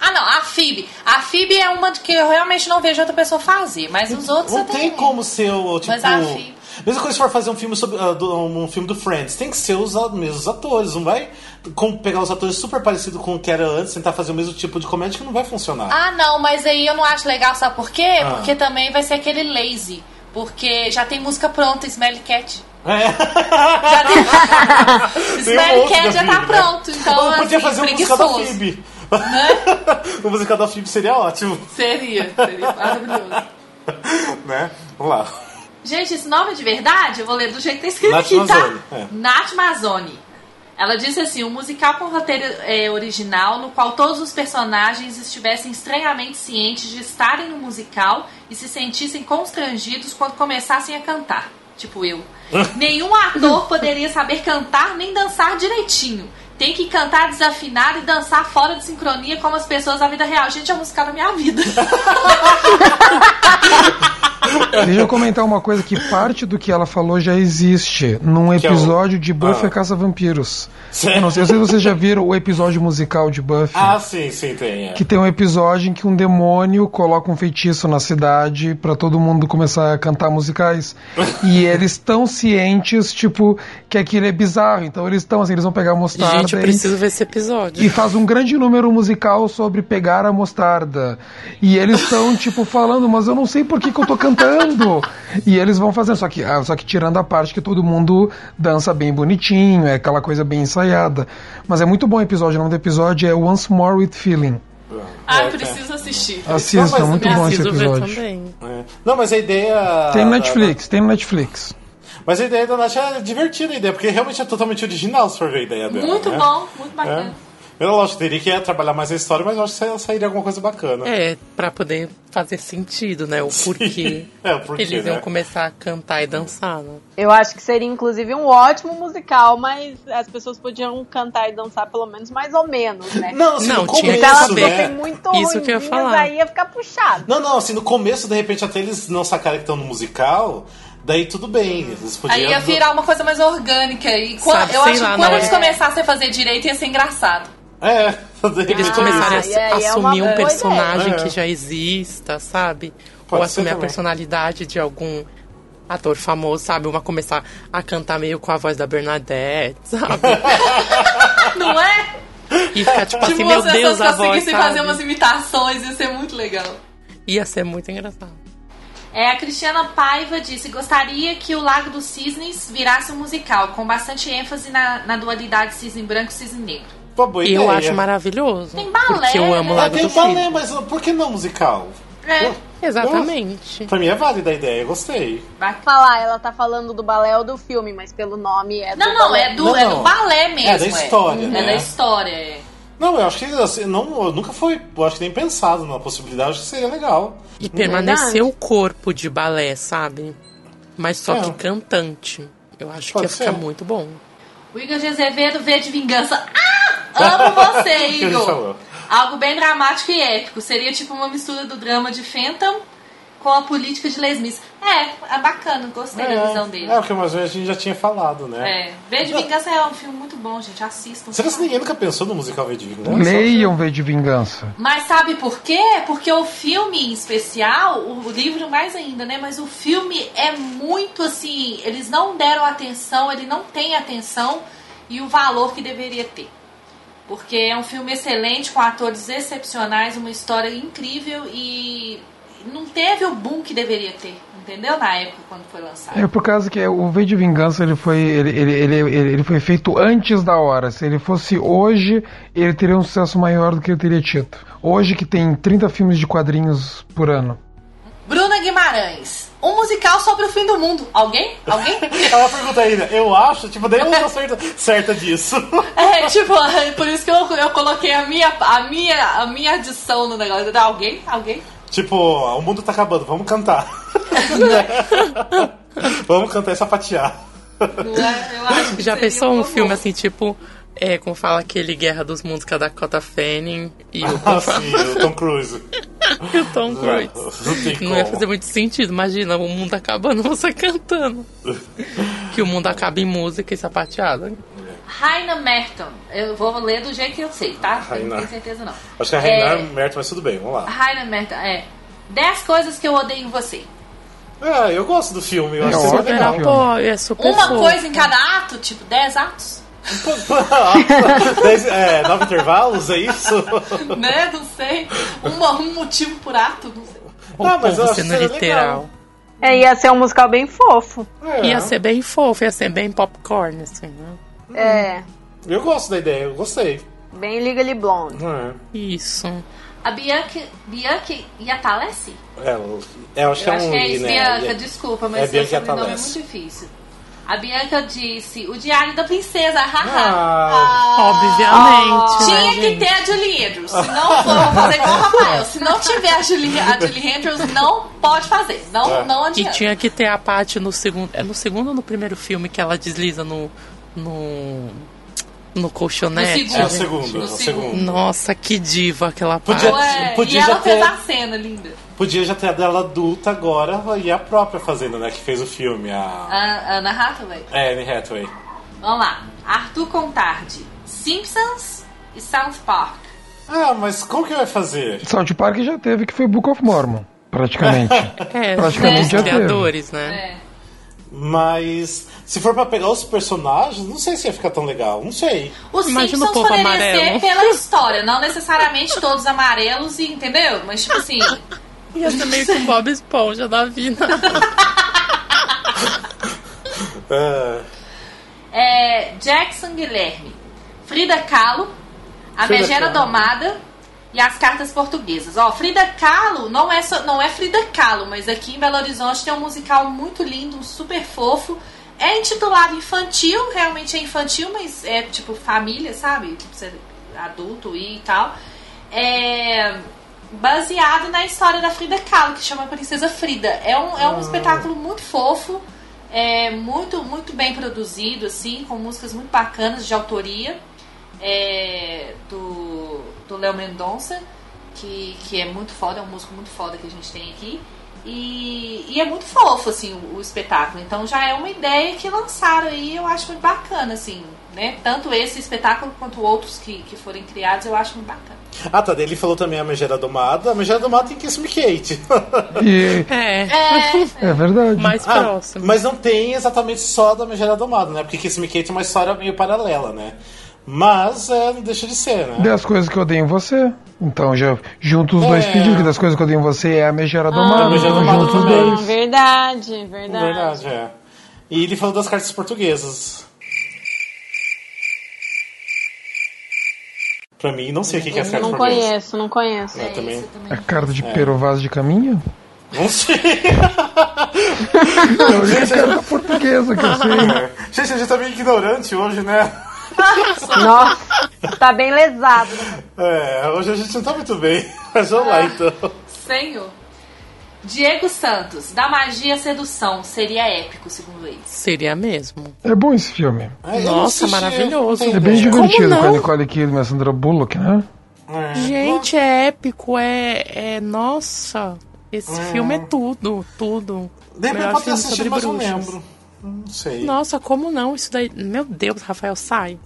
Ah, não, a Phoebe. A Phoebe é uma que eu realmente não vejo outra pessoa fazer, mas os outros
não
eu
tem
tenho.
como ser o tipo.
um. Mas a fi-
Mesma coisa se for fazer um filme sobre ah, do- um filme do Friends, tem que ser os a- mesmos atores, não vai com- pegar os atores super parecidos com o que era antes, tentar fazer o mesmo tipo de comédia que não vai funcionar.
Ah, não, mas aí eu não acho legal, sabe por quê?
Ah.
Porque também vai ser aquele lazy. Porque já tem música pronta, Smelly Cat. Já tem...
É. Tem um
Smelly
monte da
Cat já tá
Phoebe, né?
pronto, então
Ou podia
assim,
fazer um musical da
preguiçoso. Né?
Phoebe. o musical da Phoebe seria ótimo,
Seria, seria maravilhoso.
né? Vamos lá.
Gente, esse nome é de verdade? Eu vou ler do jeito que tá escrito
Nath
aqui,
Mazzoni,
tá?
é.
Nath Mazzoni. Ela disse assim: um musical com roteiro é, original no qual todos os personagens estivessem estranhamente cientes de estarem no musical e se sentissem constrangidos quando começassem a cantar. Tipo eu. Nenhum ator poderia saber cantar nem dançar direitinho. Tem que cantar desafinado e dançar fora de sincronia como as pessoas da vida real. Gente, é um musical da minha vida.
Deixa eu comentar uma coisa que parte do que ela falou já existe num
Que é o-
episódio de Buffy
Ah.
Caça Vampiros.
Sério?
Eu não sei, eu sei se vocês já viram o episódio musical de Buffy.
Ah, sim, sim, tem. é.
Que tem um episódio em que um demônio coloca um feitiço na cidade pra todo mundo começar a cantar musicais. e eles estão cientes, tipo, que aquilo é bizarro. Então eles estão assim, eles vão pegar a mostarda
Gente, eu
e-
preciso ver esse episódio.
e faz um grande número musical sobre pegar a mostarda. E eles estão, tipo, falando, mas eu não sei por que, que eu tô cantando. E eles vão fazendo, só que, ah, só que tirando a parte que todo mundo dança bem bonitinho, é aquela coisa bem ensaiada. Mas é muito bom o episódio, o nome do episódio é Once More with Feeling.
Ah,
É,
preciso assistir.
Assista,
Não, mas
Ah, muito
eu
bom esse
preciso ver
episódio.
também.
é. Não, mas a ideia.
Tem no Netflix, tem no Netflix.
Mas a ideia da Nath é divertida a ideia, porque realmente é totalmente original se for ver a ideia dela.
Muito
né?
bom, muito bacana.
É. Eu lógico, teria que é, trabalhar mais a história, mas eu acho que sa- sairia alguma coisa bacana.
É, pra poder fazer sentido, né? O porquê.
É, o porquê,
Eles
né?
iam começar a cantar e dançar, né?
Eu acho que seria inclusive um ótimo musical, mas as pessoas podiam cantar e dançar pelo menos mais ou menos, né?
Não, assim,
Não,
no
tinha
começo,
Se elas
saber.
né?
fossem muito
Isso que eu ia
ruinzinhas,
falar.
aí ia ficar puxado.
Não, não, assim, no começo, de repente, até eles não sacarem que estão no musical, daí tudo bem. Eles podiam.
Aí ia virar uma coisa mais orgânica. E quan-
Sabe,
eu
sei
acho
lá,
que quando
né?
não,
eles
é.
começassem a fazer direito ia ser engraçado.
É, fazer
Eles
isso.
começarem a
e aí é uma
assumir
boa
um personagem
ideia. É.
que já exista, sabe?
Pode
Ou
ser
assumir a
também.
personalidade de algum ator famoso, sabe? Uma começar a cantar meio com a voz da Bernadette, sabe?
Não é?
E ficar tipo
Se
assim, meu
vocês
Deus, a voz,
conseguissem
sabe?
fazer umas imitações, ia ser muito legal.
Ia ser muito engraçado.
É, a Cristiana Paiva disse: gostaria que o Lago dos Cisnes virasse um musical, com bastante ênfase na, na dualidade cisne branco e cisne negro.
ah, Pô, boa
E eu
ideia.
acho maravilhoso.
Tem balé,
Porque eu amo
né?
o
Ah,
Lago
tem
do
o balé,
Cisne.
mas por que não musical?
É,
Exatamente.
Pra mim é válida a ideia, eu gostei.
bacana.
Falar, ela tá falando do balé ou do filme, mas pelo nome é
Não,
do
não,
balé.
é do,
Não,
é
não.
do balé mesmo.
É da história,
é.
né?
É da história, é.
Não, eu acho que assim, não, eu nunca foi, eu acho que nem pensado na possibilidade, eu acho que seria legal.
E permanecer o corpo de balé, sabe? Mas só
É.
que cantante. Eu acho
Pode
que ia ficar
ser.
muito bom.
O Igor de Azevedo veio de vingança. Ah! Amo você,
É que ele
Igor!
falou?
Algo bem dramático e épico. Seria tipo uma mistura do drama de Fenton com a política de Les Mis. É, é bacana, gostei da visão dele.
é, o que mais ou menos a gente já tinha falado, né?
É. V de Vingança é um filme muito bom, gente. Assistam.
Será que ninguém nunca pensou no musical V de Vingança?
Leiam V de Vingança.
Mas sabe por quê? Porque o filme em especial, o livro mais ainda, né? Mas o filme é muito assim. Eles não deram atenção, ele não tem atenção e o valor que deveria ter. Porque é um filme excelente, com atores excepcionais, uma história incrível e não teve o boom que deveria ter, entendeu? Na época quando foi lançado.
É por causa que o V de Vingança ele foi, ele, ele, ele, ele- ele foi feito antes da hora. Se ele fosse hoje, ele teria um sucesso maior do que ele teria tido. Hoje que tem 30 filmes de quadrinhos por ano.
Bruna Guimarães, um musical sobre o fim do mundo. Alguém? Alguém?
Ela pergunta ainda, eu acho, tipo, daí eu não tô certa, certa disso.
É, tipo, por isso que eu, eu coloquei a minha, a, minha, a minha adição no negócio. Alguém? Alguém?
tipo, o mundo tá acabando, vamos cantar. vamos cantar e sapatear.
Não é? Eu acho que
Já
seria
pensou um
uma
filme
boa.
assim, tipo, é, como fala aquele Guerra dos Mundos com a Dakota Fanning e o,
Ah, sim, o Tom Cruise.
e o Tom Cruise?
Não tem
Não ia
como.
fazer muito sentido, imagina, o mundo acabando, você cantando. que o mundo acaba em música e sapateada.
Raina Merton. Eu vou ler do jeito que eu sei, tá? Eu Não
Raina.
tenho certeza, não.
Acho que é Reinar Merto, mas tudo bem, vamos lá.
Raina Merton, é. 10 coisas que eu odeio em você.
Ah, eu gosto do um filme, eu acho
É
que
ótimo.
super
Super
legal.
apoio, é super
Uma
fofo.
coisa em cada ato, tipo 10 atos.
Dez- é, nove intervalos, é isso?
Um
né? Não sei. Uma- um motivo por ato, não sei.
O
Ah, mas eu
povo
acho
sendo
que era
literal.
É, ia ser um musical bem fofo.
É,
Ia ser bem fofo, ia ser bem popcorn, assim, né?
Hum.
É,
Eu gosto da ideia, eu gostei.
bem Legally Blonde.
É,
Isso.
A Bianca, Bianca Iatalessi?
é, eu acho que
Eu
é
acho
um
que é
I,
isso,
né?
Bianca,
É-
desculpa,
é
mas seu
Bianca
sobrenome é
Iatalessi.
muito difícil. A Bianca disse, o Diário da Princesa, haha.
Ah,
Obviamente.
Tinha
né,
que
gente?
ter a Julie Andrews. Se não for, eu vou fazer igual o Rafael. Se não tiver a Julie, a Julie Andrews, não pode fazer.
É.
Não, não
E
adianta.
tinha que ter a parte no segundo. É no segundo ou no primeiro filme que ela desliza no. no. no colchonete?
No
é o
segundo.
segundo, é o
No
segundo.
Nossa, que diva aquela parte.
Podia-
Ué,
podia
e ela
já
fez
ter-
a cena, linda.
Podia já ter a dela adulta agora e a própria fazendo, né? Que fez o filme, a
A Ana Hathaway.
é, Anne Hathaway.
Vamos lá. Arthur Contardi, Simpsons e South Park.
Ah, mas como que vai fazer?
South Park já teve, que foi Book of Mormon, praticamente.
É,
Praticamente
os
já teve.
criadores, né?
É.
Mas se for pra pegar os personagens, não sei se ia ficar tão legal, não sei.
Os
Imagina o povo
Simpsons poderia ser
amarelo.
pela história, não necessariamente todos amarelos, e entendeu? Mas tipo assim,
Ia ser meio com Bob Esponja da vida.
Ah,
é, Jackson Guilherme, Frida Kahlo, A
Frida
Megera
Kahlo.
Domada e As Cartas Portuguesas. Ó, Frida Kahlo não é, só- não é Frida Kahlo, mas aqui em Belo Horizonte tem um musical muito lindo, um super fofo. É intitulado infantil, realmente é infantil, mas é tipo família, sabe? Tipo, você é adulto e tal. É baseado na história da Frida Kahlo, que chama Princesa Frida. É um,
Ah.
é um espetáculo muito fofo, é muito, muito bem produzido, assim, com músicas muito bacanas de autoria é, do, do Léo Mendonça, que, que é muito foda, é um músico muito foda que a gente tem aqui. E, e é muito fofo, assim, o, o espetáculo. Então já é uma ideia que lançaram aí, eu acho muito bacana, assim, né? Tanto esse espetáculo quanto outros que, que forem criados, eu acho muito bacana.
ah tá, daí ele falou também a Megera Domada. A Megera Domada tem Kiss Me Kate.
E
É,
é verdade.
mais
Ah,
próximo.
Mas não tem exatamente só da Megera Domada, né? Porque Kiss Me Kate é uma história meio paralela, né? Mas é, não deixa de ser, né?
Das coisas que eu odeio em você. Então já junto os dois
É.
pedidos, que das coisas que eu odeio em você é a Megera
Ah.
Domada.
A Megera
então
Domada
junto os
também.
dois.
Verdade, verdade.
Verdade, é. E ele falou das cartas portuguesas. Pra mim, não sei o que que é as cartas
Não
portuguesas.
conheço, não conheço.
É
Eu também.
A carta de Pero Vaz de Caminha?
Não sei.
Não, é a carta portuguesa que eu sei.
Gente, a gente tá meio ignorante hoje, né?
Nossa, tá bem lesado.
É, hoje a gente não tá muito bem. Mas vamos lá, então.
Senhor. Diego Santos, da magia à sedução, seria épico, segundo eles.
Seria mesmo.
É bom esse filme.
É, eu não
Ah. Nossa,
assisti,
maravilhoso.
não
É
tenho
bem
ideia.
divertido
Como
com a
não?
Nicole Kidman e a Sandra Bullock, né?
É.
Gente, é épico, é. é nossa, esse filme é tudo, tudo.
De repente
Melhor
pode ter
filme
assistido,
sobre
mas não
bruxas.
lembro. Não sei.
Nossa, como não? Isso daí. Meu Deus, Rafael, sai.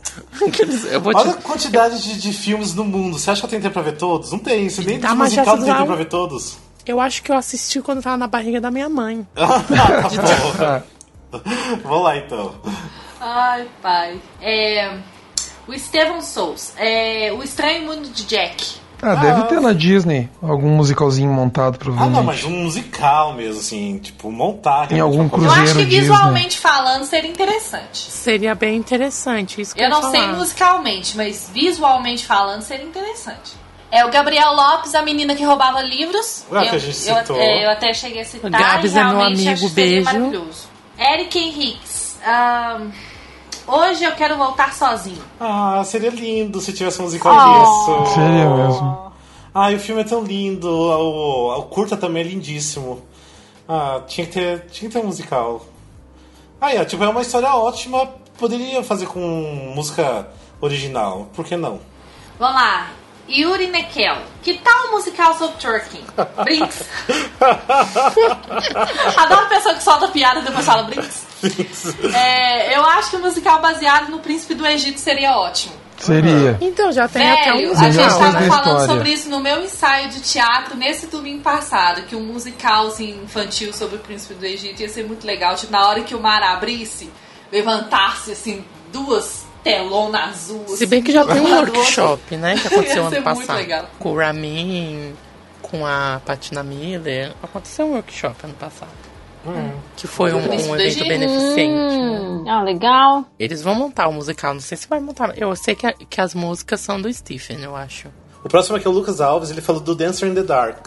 Aqueles- Eu vou te.
Olha a quantidade de, de filmes no mundo. Você acha que eu tenho tempo pra ver todos? Não tem. Você nem
Dá
de
uma
musical
chance
não tem
lá,
tempo
um.
pra ver todos.
Eu acho que eu assisti quando tava na barriga da minha mãe.
tá bom. Vamos lá, então.
Ai, pai. É, O Estevão Souls. É, o Estranho Mundo de Jack.
Ah, deve ter na Disney algum musicalzinho montado,
Ah,
provavelmente.
não, mas um musical mesmo, assim, tipo, montar.
Em algum
Eu acho
Cruzeiro
que
Disney.
visualmente falando seria interessante.
Seria bem interessante. Isso que
Eu
eu ia
não sei
falar.
musicalmente, mas visualmente falando seria interessante. É o Gabriel Lopes, a menina que roubava livros.
Ué,
eu,
que a gente
eu-
citou.
é, eu até cheguei a citar.
O Gabs
e
é meu
realmente
amigo,
acho que seria
beijo.
maravilhoso. Eric Henriques. ahn, hoje eu quero voltar sozinho.
Ah, seria lindo se tivesse um musical
Oh.
disso.
Seria mesmo.
Ah, e o filme é tão lindo. O, o curta também é lindíssimo. Ah, tinha que ter, tinha que ter um musical. Ah, é, tipo, é uma história ótima. Poderia fazer com música original. Por que não?
Vamos lá. Yuri Nekel. Que tal o musical sobre Twerking? Brinks. Adoro pessoa que solta piada e depois fala Brinks. É, eu acho que o musical baseado no Príncipe do Egito seria ótimo.
Seria.
Então, já tem até um
Velho, a
musical.
gente
Melhor
tava
coisa da
falando
história.
sobre isso no meu ensaio de teatro nesse domingo passado, que um musical assim, infantil sobre o príncipe do Egito ia ser muito legal. Tipo, na hora que o mar abrisse, levantasse assim, duas telonas azul.
Se bem que já
assim,
tem um
uma do outro.
workshop, né? Que aconteceu
Ia ser
ano
é muito
passado.
legal.
Com o Ramin, com a Patina Miller. Aconteceu um workshop ano passado. Que foi um, um
Príncipe do
evento
Egito?
beneficente. né?
Hum, ah, legal.
Eles vão montar o musical, não sei se vai montar. Eu sei que, a- que as músicas são do Stephen, eu acho.
O próximo aqui é o Lucas Alves. Ele falou do Dancer in the Dark.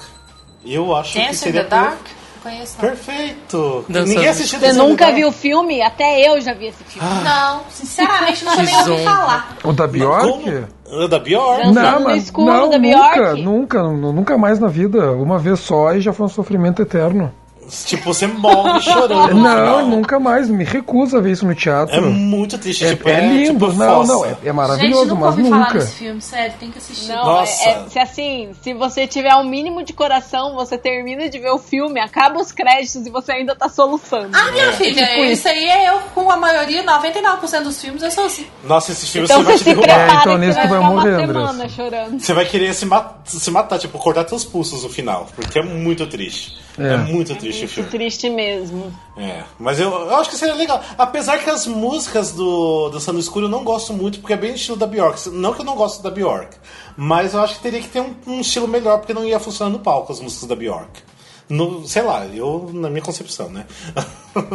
Eu acho que
Dance in
seria
the Dark? Não Conheço não.
perfeito.
Dança-
Ninguém assistiu
Você
Dancer in the
nunca
Dark?
viu o filme? Até eu já vi esse filme.
Não, sinceramente, nunca nem ouvi
Desonra.
falar.
O da Bjork?
Como? É Da Bjork?
Dançando no escuro
não,
da
nunca,
Bjork?
nunca, nu- nunca mais na vida. Uma vez só e já foi um sofrimento eterno. É,
Tipo, você morre chorando. no final.
Não, nunca mais. Me recuso a ver isso no teatro.
É muito triste.
É-
tipo,
é lindo,
tipo,
não,
fossa.
não, é, é maravilhoso,
Gente, nunca
mas
ouvi falar
nunca.
desse filme, sério, tem que assistir.
Não,
Nossa.
é, é- se assim, se você tiver um mínimo de coração, você termina de ver o filme, acaba os créditos e você ainda tá soluçando.
Ah, minha filha,
Tipo
isso aí é eu com a maioria, 99% dos filmes, eu sou assim.
Nonossa, esse filme
Então
você vai te
você se
derrubar.
prepara
É, então
que
nesse
você vai
tu vai
ficar uma
morrer,
semana
Andressa.
chorando.
Você vai querer se, ma- se matar, tipo, cortar teus pulsos no final. Porque é muito triste. É,
É.
muito triste o
Isso
filme.
triste mesmo.
É. Mas eu, eu acho que seria legal. Apesar que as músicas do Dançando no Escuro eu não gosto muito, porque é bem estilo da Bjork. Não que eu não gosto da Bjork, mas eu acho que teria que ter um, um estilo melhor, porque não ia funcionar no palco as músicas da Bjork. No, sei lá, eu, na minha concepção, né?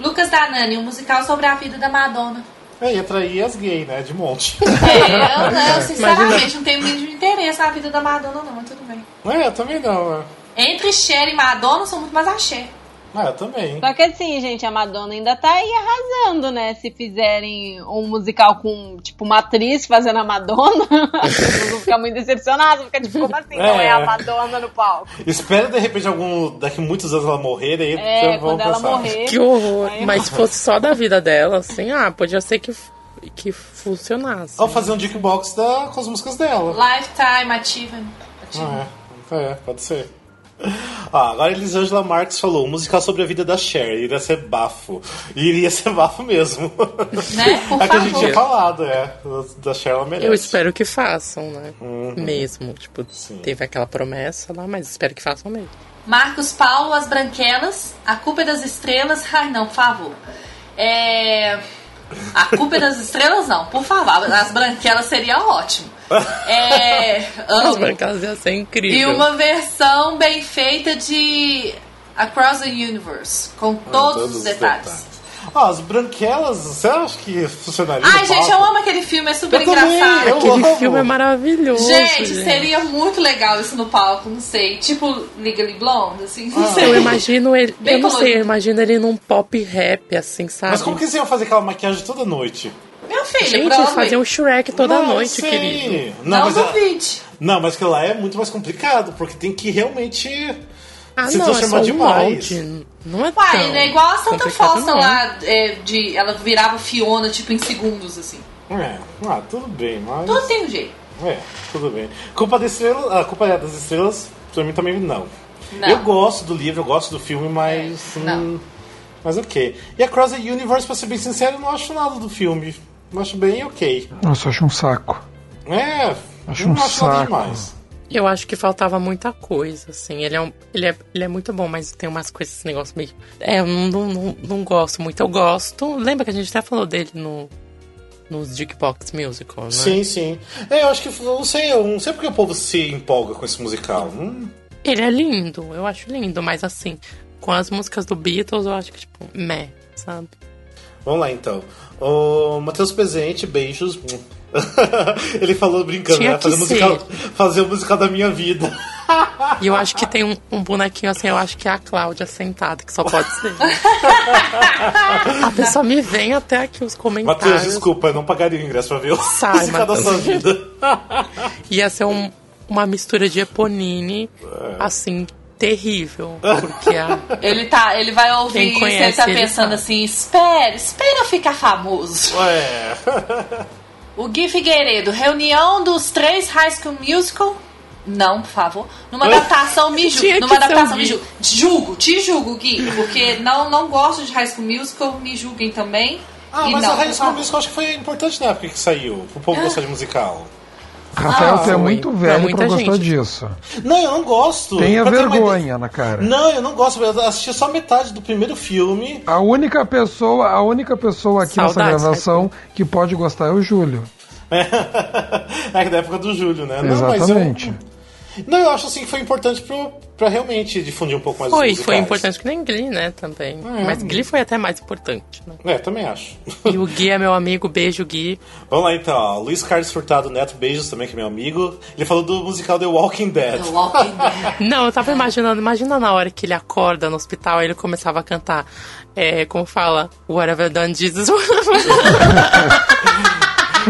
Lucas Danani, um musical sobre a vida da Madonna.
é, e atrair as gays, né? De monte.
É, eu, né, eu sinceramente não tenho muito interesse na vida da Madonna, não, mas tudo bem.
é, eu também não. É.
Entre Cher e Madonna, eu sou muito mais a Cher.
Ah, eu também.
Só que assim, gente, a Madonna ainda tá aí arrasando, né? Se fizerem um musical com, tipo, uma atriz fazendo a Madonna, as pessoas vão ficar muito decepcionadas, fica tipo, como assim, não é a
É.
Madonna no palco?
Espera de repente algum. Daqui muitos anos ela morrer, aí
É,
então vamos
quando ela
pensar.
morrer.
Que horror.
Aí-
Mas se fosse só da vida dela, assim, ah, podia ser que, que funcionasse.
Ou fazer um jukebox da, com as músicas dela.
Lifetime, Achievement.
Ah, é. é, pode ser. Ah, agora a Elisângela Marques falou: um musical sobre a vida da Cher. Iria ser bafo. E iria ser bafo mesmo.
Né? Por
é que a gente
favor.
tinha falado, é. Da Cher ela merece.
Eu espero que façam, né?
Uhum.
Mesmo. Tipo, teve aquela promessa lá, mas espero que façam mesmo.
Marcos Paulo, As Branquelas, A Culpa é das Estrelas. Ai, não, por favor. É... A Culpa é das Estrelas, não, por favor. As Branquelas seria ótimo. É...
As
Amo.
branquelas ia ser incrível.
E uma versão bem feita de Across the Universe, com
Ah,
todos, os detalhes.
Ah, as branquelas, você acha que funcionaria? no
Ai, gente, eu
palco?
amo aquele filme, é super
Eu também,
engraçado.
eu
Aquele
amo.
filme é maravilhoso.
Gente, seria muito legal isso no palco, não sei. Tipo Legally Blonde, assim,
Ah.
não sei.
Eu imagino ele.
Bem
eu não sei,
colorido.
eu imagino ele num pop rap, assim, sabe?
Mas como que eles iam fazer aquela maquiagem toda noite?
Meu filho,
Gente,
Broadway.
fazer um Shrek toda
Não,
noite,
sim.
querido.
Não,
Não
mas ela-
duvide.
Não, mas que lá é muito mais complicado, porque tem que realmente
Ah,
se
não, é só
transformar
um
demais.
molde. Não é
Uai,
tão
né, igual a Santa
complicado,
Fausta
não.
lá, é, de, ela virava Fiona, tipo, em segundos, assim.
É, ah, tudo bem, mas.
Tudo tem um jeito.
É, tudo bem. Culpa das estrelas. A culpa é das estrelas, pra mim também não.
Não.
Eu gosto do livro, eu gosto do filme, mas.
É, não.
hum, mas ok. E a Cross the Universe, pra ser bem sincero, eu não acho nada do filme. Eu acho bem ok.
Nossa, eu acho um saco.
É,
Acho
eu não
um
acho nada
saco.
demais.
Eu acho que faltava muita coisa, assim. Ele é, um, ele é, ele é muito bom, mas tem umas coisas, esse negócio meio. É, eu não, não, não, não gosto muito. Eu gosto. Lembra que a gente até falou dele no, nos Jukebox Musical, né?
Sim, sim. É, eu acho que não sei, eu não sei porque o povo se empolga com esse musical. Hum,
Ele é lindo, eu acho lindo, mas assim, com as músicas do Beatles, eu acho que, tipo, meh, sabe?
vamos lá então. O Matheus Presente, beijos. Ele falou brincando,
Tinha
né?
que
Fazer o musical,
ser.
fazer o musical da minha vida.
E eu acho que tem um, um bonequinho assim, eu acho que é a Cláudia sentada, que só pode ser. a pessoa me vem até aqui os comentários.
Matheus, desculpa, eu não pagaria o ingresso pra ver o
Sai,
musical da sua
Matheus.
vida.
Ia ser um- uma mistura de Eponine,
É.
assim, terrível. Porque a.
Ele, tá, ele vai ouvir
Quem
isso e
conhece
ele tá
ele
pensando
sabe.
assim: espera, espera eu ficar famoso.
Ué.
O Gui Figueiredo, reunião dos três High School Musical. Não, por favor. Numa
Oi?
adaptação me
Tinha
julgo.
que
Numa
ser o
adaptação me
Gui.
julgo. Te julgo, te julgo, Gui. Porque não, não gosto de High School Musical, me julguem também.
Ah,
e
mas
não,
a High
por
tá.
School
favor.
Musical acho que foi importante na época que saiu, pro
É.
povo gostar de musical.
Rafael, você é
foi.
muito
Ah, Pra
velho pra,
muita
gostar
gente.
disso.
Não, eu não gosto.
Tenha
Pra ter uma
vergonha na cara.
Não, eu não gosto. Eu assisti só metade do primeiro filme.
A única pessoa, a única pessoa aqui nessa
Saudades,
gravação que pode gostar é o Júlio.
É da época do Júlio, né? Não, mas eu-
Exatamente.
Não, eu acho assim que foi importante pro, pra realmente difundir um pouco mais
Foi,
os
foi
musicais.
importante que nem Glee, né, também.
Hum.
Mas Glee foi até mais importante, né?
É, também acho.
E o Gui é meu amigo, beijo, Gui.
Vamos lá então, ó. Luiz Carlos Furtado Neto, beijos também, que é meu amigo. Ele falou do musical The Walking Dead.
The Walking Dead.
Não, eu tava imaginando, imagina na hora que ele acorda no hospital, aí ele começava a cantar, é, como fala, Whatever Done Jesus.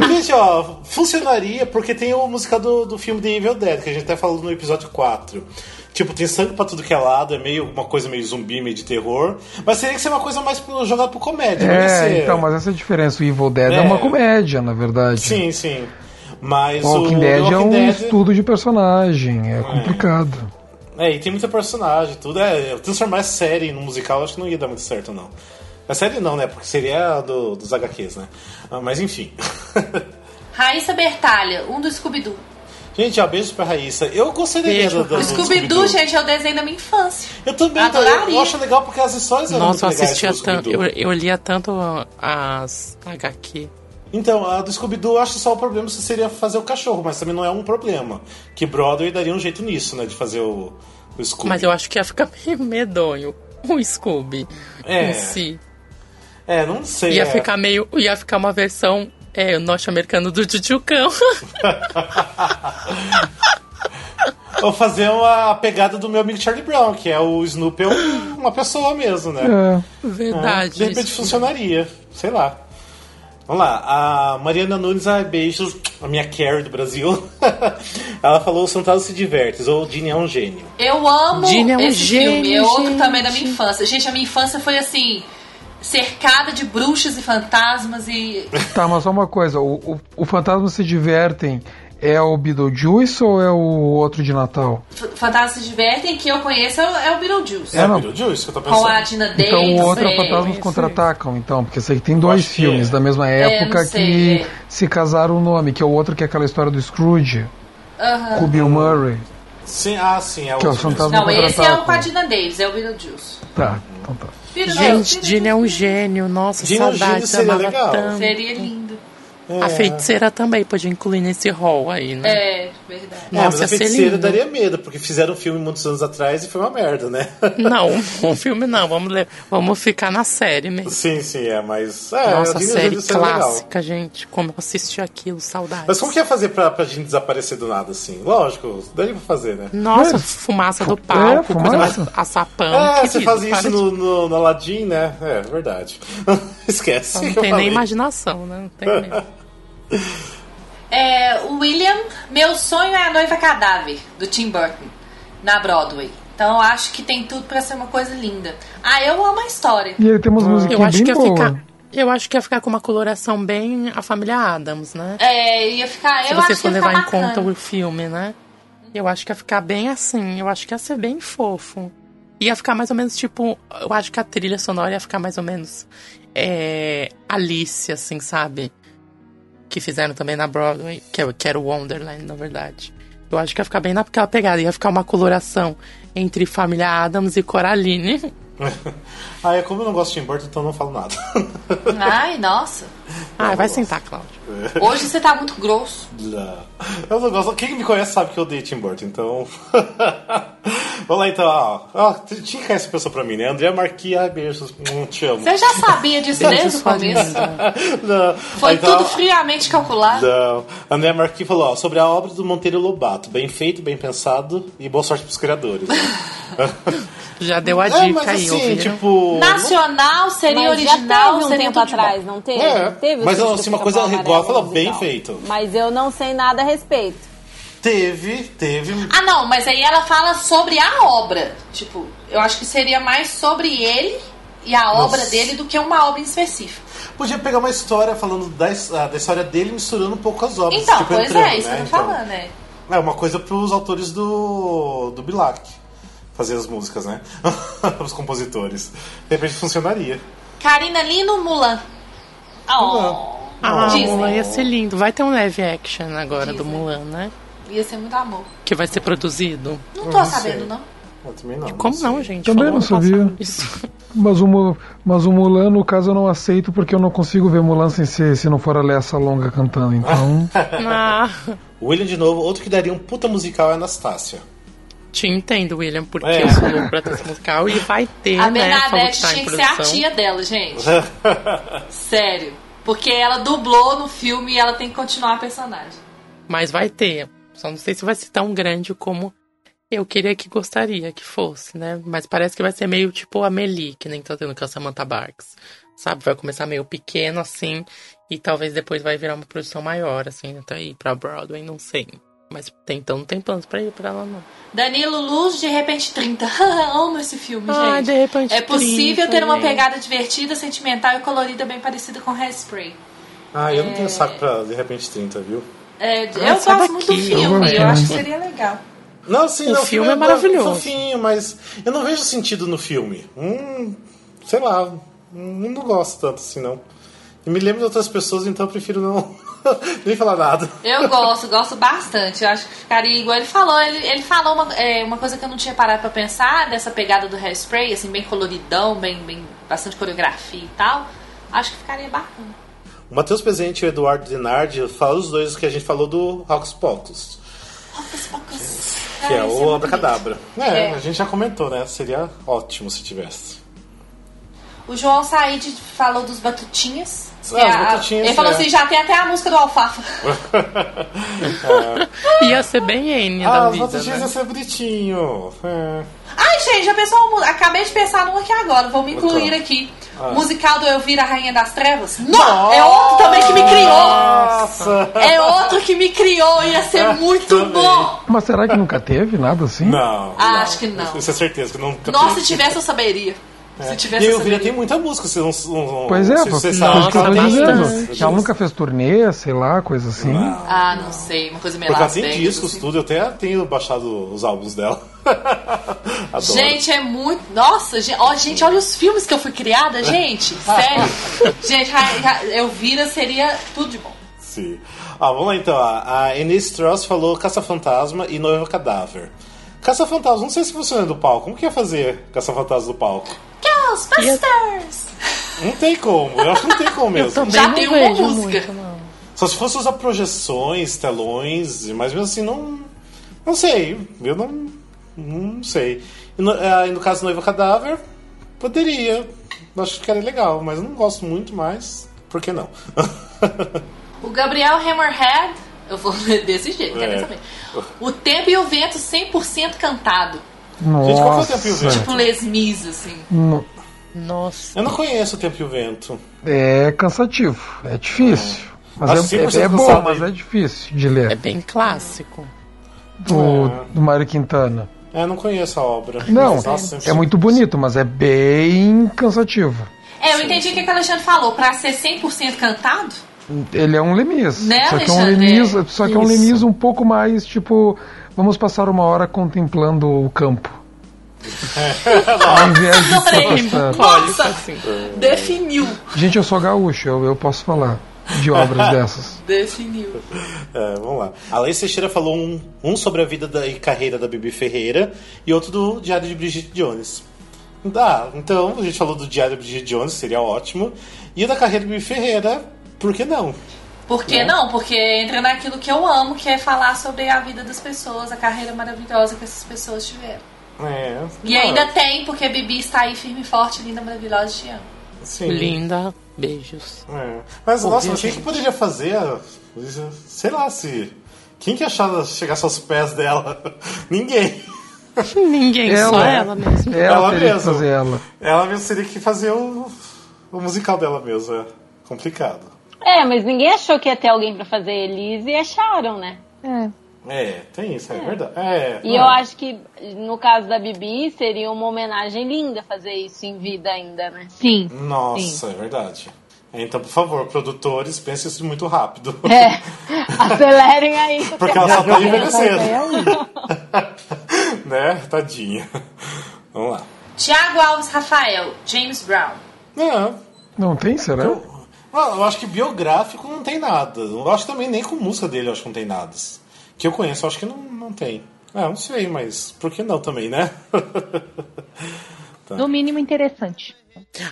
Gente, assim, ó, funcionaria porque tem o musical do, do filme The Evil Dead, que a gente até falou no episódio 4. Tipo, tem sangue pra tudo que é lado, é meio uma coisa meio zumbi, meio de terror. Mas teria que ser uma coisa mais pro- jogada pro comédia, né? não ia
É,
ser-
então, mas essa é a diferença. O Evil Dead é,
É.
uma comédia, na verdade.
Sim, sim. Mas
Walking
o The
Dead é
Walking
um
Dead-
estudo de personagem, é complicado.
É, e tem muita personagem, tudo. É, transformar a série no musical acho que não ia dar muito certo, não. A série não, né? Porque seria a do, dos HQs, né? Ah, mas enfim.
Raíssa Bertalha, um do Scooby-Doo.
gente, ó, beijo pra Raíssa. Eu gostei da ideia
Beijo,
do, do, do
O Scooby-Doo, gente, é o desenho da minha infância.
Eu também, eu,
Adoraria.
eu acho legal porque as histórias eram
Nossa, eu
muito legais
assistia
do
tanto, eu,
Scooby-Doo.
eu lia tanto as HQ.
Então, a do Scooby-Doo, eu acho só o problema se seria fazer o cachorro, mas também não é um problema. Que Broadway daria um jeito nisso, né? De fazer o, o Scooby.
Mas eu acho que ia ficar meio medonho o Scooby
É.
em si.
É, não sei.
Ia
é.
ficar meio. Ia ficar uma versão é, norte-americana do Tchutchucão.
Ou fazer uma pegada do meu amigo Charlie Brown, que é o Snoopy é um- uma pessoa mesmo, né?
É.
Verdade.
De repente
isso.
funcionaria, sei lá. Vamos lá, a Mariana Nunes, ah, beijos, a minha Carrie do Brasil. Ela falou: o Santado se diverte, ou o Dini é um gênio.
Eu amo
Dini é um
esse filme.
gênio,
É outro
gente.
também da minha infância. Gente, a minha infância foi assim, cercada de bruxas e fantasmas e.
Tá, mas só uma coisa, o, o, o Fantasma se divertem é o Beetlejuice ou é o outro de Natal?
f- Fantasmas se divertem, que eu conheço é o, é o Beetlejuice.
É,
não.
Beetlejuice que eu tô pensando.
Com a Dina Davis.
Então o outro é
é.
Fantasmas Contra-Atacam, então, porque eu sei que tem dois
acho que
filmes
é.
da mesma
É,
época
não sei,
que
é.
se casaram o nome, que é o outro que é aquela história do Scrooge,
Aham.
com o Bill Murray.
Sim, ah, sim, é
Que é o
outro mesmo.
fantasma-
Não, esse é o com a
Contra-Ataque.
Dina Davis, é o Beetlejuice.
Tá, então tá.
Beetlejuice,
Gente, Dini é um gênio. Nossa,
Dini é um gênio,
saudade.
seria
amava
legal. É.
tanto.
Seria lindo.
A feiticeira também podia incluir nesse rol aí, né?
É, verdade.
É, mas
Nossa,
a
ia ser
feiticeira
lindo.
daria medo, porque fizeram um filme muitos anos atrás e foi uma merda, né?
Não, o filme não. Vamos, ler, vamos ficar na série mesmo.
sim, sim, é, mas. É,
Nossa,
a Dini
série
Angelou seria legal.
clássica, gente. Como eu assisti aquilo, saudades.
Mas como que ia fazer pra, pra gente desaparecer do nada, assim? Lógico, daria pra fazer, né?
Nossa,
É.
fumaça do
Fu- é,
palco, coisa mais
fumaça.
a sapão.
É,
querido,
você faz isso
para de-
no, no, no Aladdin, né? É, verdade. Esquece.
Não
que eu
tem nem
falei.
imaginação, né? Não tem mesmo.
É, o William, meu sonho é a noiva cadáver, do Tim Burton, na Broadway. Então eu acho que tem tudo pra ser uma coisa linda. Ah, eu amo a história.
E ele tem umas
Eu
musiquinhas
acho que
bem
ia
boas.
ficar. Eu acho que ia ficar com uma coloração bem a família Adams, né?
É, ia ficar.
Se
eu
você
acho
for
que ia ficar
levar em
bacana.
conta o filme, né? Eu acho que ia ficar bem assim. Eu acho que ia ser bem fofo. Ia ficar mais ou menos tipo. Eu acho que a trilha sonora ia ficar mais ou menos. É, Alice, assim, sabe? Que fizeram também na Broadway, que, é- que era o Wonderland, na verdade. Eu acho que ia ficar bem naquela pegada. Ia ficar uma coloração entre Família Adams e Coraline.
ah, é como eu não gosto de Tim Burton, então eu não falo nada.
Ai, nossa.
Ah, vai sentar, Cláudio.
Hoje você tá muito grosso.
Lá. Eu não gosto. Quem me conhece sabe que eu odeio Tim Burton, então. Vamos lá então, ó. Ó, tinha que cair essa pessoa pra mim, né? André Marquia, ai, beijos. Hum, Te amo.
Você já sabia disso desde o
Sua
começo.
linda.
Não.
Foi
Aí tá-
tudo friamente calculado.
Não. André Marquinhos falou, ó, sobre a obra do Monteiro Lobato. Bem feito, bem pensado e boa sorte pros criadores. né?
Já deu a
é,
dica
mas
aí,
assim,
ouviram?
tipo.
Nacional seria
Mas já
original,
teve um
seria
tempo
muito
atrás,
bom.
não teve?
É,
Teve o
mas,
disco
assim,
do
uma coisa
Pica-Pau
igual, fala,
Amarelo e
bem
tal.
feito.
Mas eu não sei nada a respeito.
Teve, teve.
Ah, não, mas aí ela fala sobre a obra. Tipo, eu acho que seria mais sobre ele e a obra dele do que uma obra em específico.
Podia pegar uma história falando da, his- ah, da história dele misturando um pouco as obras.
Então,
tipo,
pois
entrando,
é, isso
né?
que eu tô
Então,
falando, é.
É uma coisa pros autores do, do Bilac fazer as músicas, né? Os compositores. De repente funcionaria.
Karina Lino Mulan. Oh,
Ah,
Disney.
Mulan ia ser lindo. Vai ter um live action agora do
Disney.
Mulan, né?
ia ser muito amor.
Que vai ser produzido.
Não
Eu
tô
não
sabendo,
sei.
não.
Eu também não.
Como
sei.
não, gente?
Também
Falou
não
ano
sabia.
passado Isso.
Mas o, Mu- mas o Mulan, no caso, eu não aceito porque eu não consigo ver Mulan sem ser, se não for a Lessa Longa cantando. Então,
Ah,
William de novo, outro que daria um puta musical é Anastácia.
te entendo, William, porque
É.
eu sou protesto musical e vai ter,
A
né? falou que
Bernadette
tá em
tinha que ser a
produção.
tia dela, gente. Sério. Porque ela dublou no filme e ela tem que continuar a personagem.
Mas vai ter. Só não sei se vai ser tão grande como eu queria que gostaria que fosse, né? Mas parece que vai ser meio tipo a Meli, que nem tá tendo com a Samantha Barks. Sabe? Vai começar meio pequeno, assim, e talvez depois vai virar uma produção maior, assim, até ir pra Broadway, não sei. Mas tem, então não tem planos pra ir pra lá, não.
Danilo Luz, de repente 30. Amo esse filme,
Ah,
gente.
de repente
É possível
30,
ter uma
gente.
pegada divertida, sentimental e colorida bem parecida com Hairspray.
Ah, eu não tenho saco pra de repente 30, viu?
É,
Ah,
eu
sai
gosto muito do
daqui, eu
vou
filme, eu
ver.
acho que seria legal.
Não, assim,
O
não,
filme é maravilhoso.
fofinho, mas eu não vejo sentido no filme. Hum, sei lá, hum, não gosto tanto assim, não. E me lembro de outras pessoas, então eu prefiro não nem falar nada.
Eu gosto, gosto bastante. Eu acho que ficaria igual ele falou. Ele, ele falou uma, é, uma coisa que eu não tinha parado pra pensar, dessa pegada do hairspray, assim, bem coloridão, bem, bem bastante coreografia e tal. Acho que ficaria bacana.
O Matheus Presente e o Eduardo Denardi falam os dois que a gente falou do Hocus Pocus,
Poucas, poucas.
que é
Ah, esse
o
muito
Abracadabra. É,
É.
a gente já comentou, né? Seria ótimo se tivesse.
bonito. O João Said falou dos Batutinhas. que
Ah,
é
os
a-
Batutinhas,
ele falou
é.
assim: já tem até a música do Alfafa.
Ia ser bem N da
É. ah, os
vida,
outros dias
né?
ia ser bonitinho. É.
Ai, gente, já pensou? uma mu- Acabei de pensar numa aqui agora, vou me incluir
Qual?
aqui. Musical do Elvira, Rainha das Trevas? Não! É outro também que me criou!
Nossa!
É outro que me criou, ia ser muito
Também.
bom!
mas será que nunca teve nada assim?
Não.
Ah, acho que não.
Isso é certeza que não. É.
Nossa, se tivesse, eu saberia. Se tivesse,
E
eu
eu vi, tem
saberia.
muita música, vocês não. não-
Pois é,
vocês-
pô,
vocês
por isso que é
Nossa,
eu tô
tem
dizendo.
bastante.
Ela nunca fez turnê, sei lá, coisa assim.
Ah, não sei, uma coisa meio
Porque ela
Las
tem
Vegas,
discos,
assim.
tudo, eu até tenho baixado os álbuns dela. Adoro.
Gente, é muito. Nossa, gente, ó, gente, olha os filmes que eu fui criada, gente. Sério. gente, Ra- Ra- Elvira seria tudo de bom.
Sim. Ah, vamos lá então. A a Enes Strauss falou Caça-Fantasma e Noiva Cadáver. Caça-Fantasma, não sei se funciona do palco. Como que ia fazer Caça-Fantasma do palco?
Ghostbusters!
Não tem como, eu acho que não tem como mesmo.
Eu também
Já
não
tem uma
vejo
música.
muito, né? não.
Só se fosse usar projeções, telões, mas mesmo assim não. Não sei. Eu não. Não sei. E no, eh, e no caso Noiva Cadáver, poderia. Eu Acho que era legal, mas eu não gosto muito mais. Por que não?
O Gabriel Hammerhead, eu vou ler desse jeito, quero
É.
nem saber. O Tempo e o Vento 100% cantado.
É. Gente, qual foi o
Nossa.
tempo e o vento?
Tipo Les Mis, assim.
No-
Nossa.
Eu não conheço o tempo e o vento.
É cansativo, é difícil. Mas
Nossa,
é, é-
100%
é bom,
cansado,
mas
hein?
é difícil de
É
ler.
bem clássico.
Do, do Mário Quintana.
É, eu não conheço a obra.
Não,
Mas, nossa, sempre-
é muito bonito, mas é bem cansativo.
É, eu entendi o que, que o Alexandre falou. Pra ser 100% cantado,
Ele é um Lemis.
Né,
só que é um
Alexandre?
Lemis, só que é um
Isso.
Lemis um pouco mais tipo, vamos passar uma hora contemplando o campo. Ao invés de
Adorei.
protestar.
Nossa!
assim.
definiu.
Gente, eu sou gaúcho, eu, eu posso falar de obras dessas.
Definiu.
É, vamos lá. A Laís Teixeira falou um, um sobre a vida da- e carreira da Bibi Ferreira e outro do Diário de Brigitte Jones. Dá. Então, a gente falou do Diário de Bridget Jones, seria ótimo. E da carreira de Bibi Ferreira, por que não?
Por que não? Porque entra naquilo que eu amo, que é falar sobre a vida das pessoas, a carreira maravilhosa que essas pessoas tiveram.
É.
E ainda tem, porque Bibi está aí firme e forte, linda, maravilhosa, te amo.
Sim.
Linda, beijos.
É. Mas, nossa,
Ouviu,
mas quem que
gente?
poderia fazer? Sei lá, se... Quem que achava chegar aos pés dela? Ninguém.
Ninguém, só ela mesmo.
Ela,
Ela
teria que
mesma.
fazer ela.
Ela mesmo teria que fazer o, o musical dela mesma. É complicado.
É, mas ninguém achou que ia ter alguém pra fazer Elise e acharam, né?
É, tem isso, é, verdade. É,
E eu acho que, no caso da Bibi, seria uma homenagem linda fazer isso em vida ainda, né?
Sim.
Nossa, é verdade. Então, por favor, produtores, pensem isso muito rápido.
É, acelerem aí.
Porque ela só tá
Ela
envelhecendo. né? Tadinha. Vamos lá.
Tiago Alves Rafael, James Brown.
Não,
Não tem, será?
Não, eu acho que biográfico não tem nada. Eu acho também nem com música dele, eu acho que não tem nada. Que eu conheço, eu acho que não, não tem. É, não sei, mas por que não também, né?
No mínimo interessante.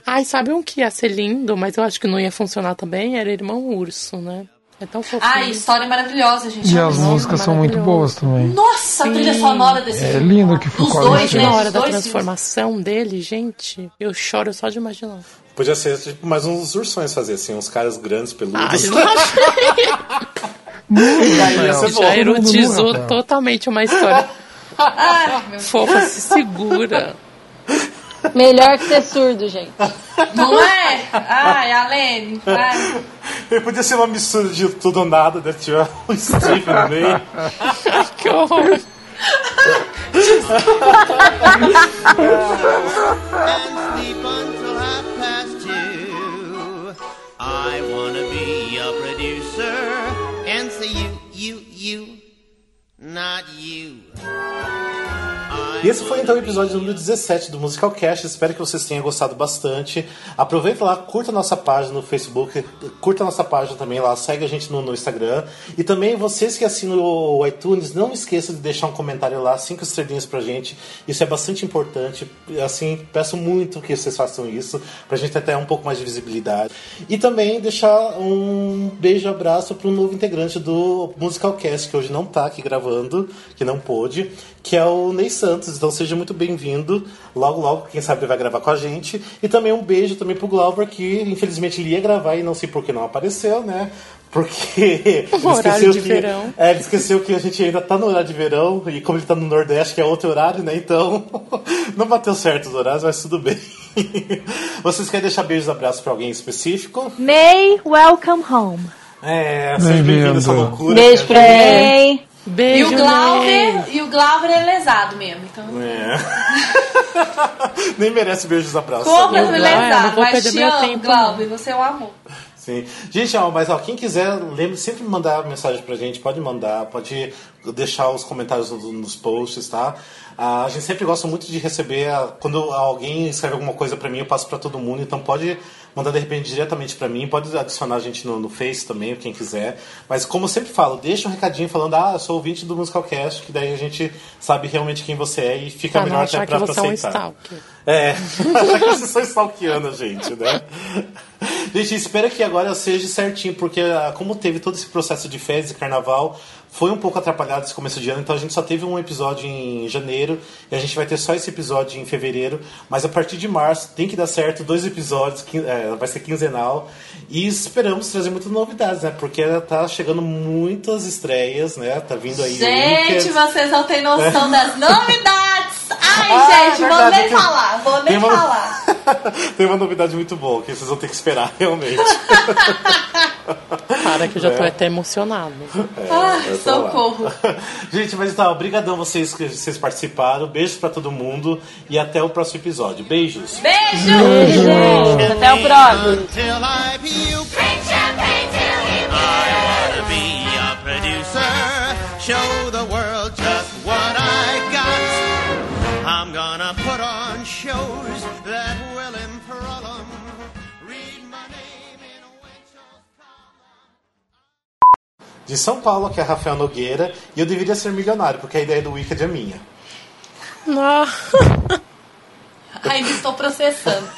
Ai, sabe um que ia ser lindo, mas eu acho que não ia funcionar também? Era Irmão Urso, né? É tão fofinho.
Ah, história maravilhosa, gente.
E
Olha
as
só.
músicas são muito boas também.
um Nossa, a trilha sonora desse
É
filme.
lindo que ficou
Os
Colin
dois,
fez.
né?
Na hora da
Dois
transformação dele, gente, eu choro só de imaginar.
Podia ser tipo mais uns ursões fazer, assim, uns caras grandes, peludos.
Ah, eu não achei.
E aí ia ser
Já
bom.
erotizou
Rafael.
totalmente uma história.
Ai, meu Deus.
Fofa, se segura.
Melhor que ser surdo, gente.
Não é? Ai, Alene. Ai.
Ele podia ser uma mistura de tudo ou nada, né? Tinha o Steve no meio.
Que horror.
and sleep until half past two. I wanna be a producer and say you, you, you, not you.
E esse foi então o episódio número 17 do Musical Cast. Espero que vocês tenham gostado bastante. Aproveita lá, curta a nossa página no Facebook, curta a nossa página também lá, segue a gente no, no Instagram. E também vocês que assinam o iTunes, não esqueçam de deixar um comentário lá, cinco estrelinhas pra gente. Isso é bastante importante. Assim, peço muito que vocês façam isso, pra gente ter até um pouco mais de visibilidade. E também deixar um beijo e abraço pro novo integrante do Musical Cast, que hoje não tá aqui gravando, que não pôde, que é o Ney Santos. Então seja muito bem-vindo. Logo, logo, quem sabe ele vai gravar com a gente. E também um beijo também pro Glauber, que infelizmente ele ia gravar e não sei por que não apareceu, né? Porque ele
horário
esqueceu,
de
que,
verão.
é, ele esqueceu que a gente ainda tá no horário de verão, e como ele tá no Nordeste, que é outro horário, né? Então, não bateu certo os horários, mas tudo bem. Vocês querem deixar beijos e abraços pra alguém específico?
May welcome home.
É, seja bem-vindo a essa
Bem-vindo.
loucura.
Beijo
né?
pra mim.
E
Beijo,
o
Ney.
Glauber, e o Glauber é lesado mesmo. Então,
É. Nem merece beijos e abraços. né?
compra do
Glauber, não
lesado,
vou
mas
perder
te
meu
amo,
tempo,
Glauber, você é um amor.
Sim. Gente, ó, mas ó, quem quiser, lembre sempre de mandar mensagem pra gente, pode mandar, pode deixar os comentários no- nos posts, tá? Ah, a gente sempre gosta muito de receber, a- quando alguém escreve alguma coisa pra mim, eu passo pra todo mundo, então pode mandar de repente diretamente pra mim, pode adicionar a gente no, no Face também, quem quiser. Mas como eu sempre falo, deixa um recadinho falando, ah, eu sou ouvinte do Musicalcast, que daí a gente sabe realmente quem você é e fica
Pra não
melhor até
achar que
pra, pra
você é um
aceitar.
stalker.
É, que vocês estão stalkeando a gente, né? Gente, espero que agora seja certinho, porque ah, como teve todo esse processo de férias e carnaval, foi um pouco atrapalhado esse começo de ano, então a gente só teve um episódio em janeiro, e a gente vai ter só esse episódio em fevereiro, mas a partir de março tem que dar certo, dois episódios, quin- é, vai ser quinzenal, e esperamos trazer muitas novidades, né? Porque tá chegando muitas estreias, né? Tá vindo aí
Gente,
Wicked.
vocês não têm noção das novidades. Ai,
Ah, é
gente, vou
verdade,
nem
tem-
falar, vou
tem
nem
uma-
falar.
Tem uma novidade muito boa que vocês vão ter que esperar realmente.
Para que eu já tô
É.
até emocionado.
Ai,
Vai falar.
socorro.
Gente, mas então, obrigadão vocês que vocês participaram. Beijos pra todo mundo e até o próximo episódio. Beijos.
Beijo!
Até o próximo.
Until I puke. to be a producer. Show the world just what I got. I'm gonna put on shows that will improl 'em. Read my name in a Winchell's column.
De São Paulo, que é Rafael Nogueira. E eu deveria ser milionário, porque a ideia do Wicked é minha.
Não.
Ai, me estou processando.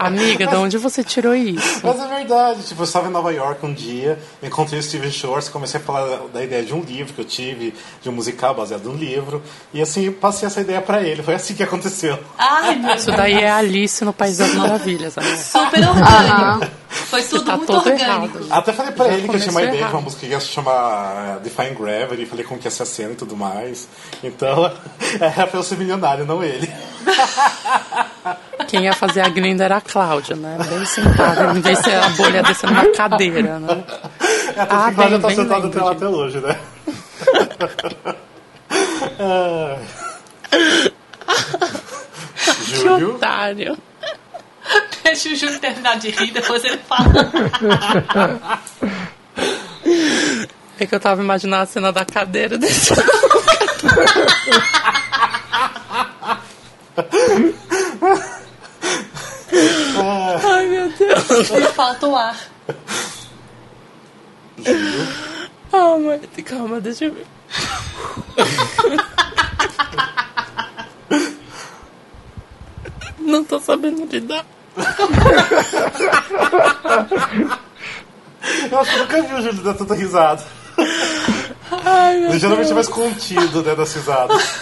Amiga, de onde você tirou isso?
Mas é verdade, tipo, eu estava em Nova York um dia, encontrei o Steven Schwartz, comecei a falar da, da ideia de um livro que eu tive, de um musical baseado num livro, e assim, eu passei essa ideia pra ele, foi assim que aconteceu.
Ai, meu
Isso daí é Alice no País das Maravilhas, amiga.
Super orgânico. Foi tudo
tá
muito
todo
orgânico.
errado.
Até falei pra
Já
ele que eu tinha uma
começou
ideia de uma
errado.
música que ia se chamar eh, Define Gravity, falei como que ia ser a cena e tudo mais. Então, era pra eu ser milionário, não ele.
Quem ia fazer a grinda era a Cláudia, né? Bem sentada, em vez de ser a bolha descendo uma cadeira, né?
Até
Ah,
ah, agora
bem,
eu tô
bem
sentado
lembro
até lá até hoje, né? Ah.
Que
Júlio?
otário.
Deixa o Júlio terminar de rir, depois ele fala.
É que eu tava imaginando a cena da cadeira desse. Ai, meu Deus.
Ele falta o ar.
Ah, mas... Calma, deixa eu ver. Não tô sabendo lidar.
Nossa, eu nunca vi o Júlio dar tanta risada.
Ai, meu
Ele geralmente é mais
Deus.
contido, né, das risadas.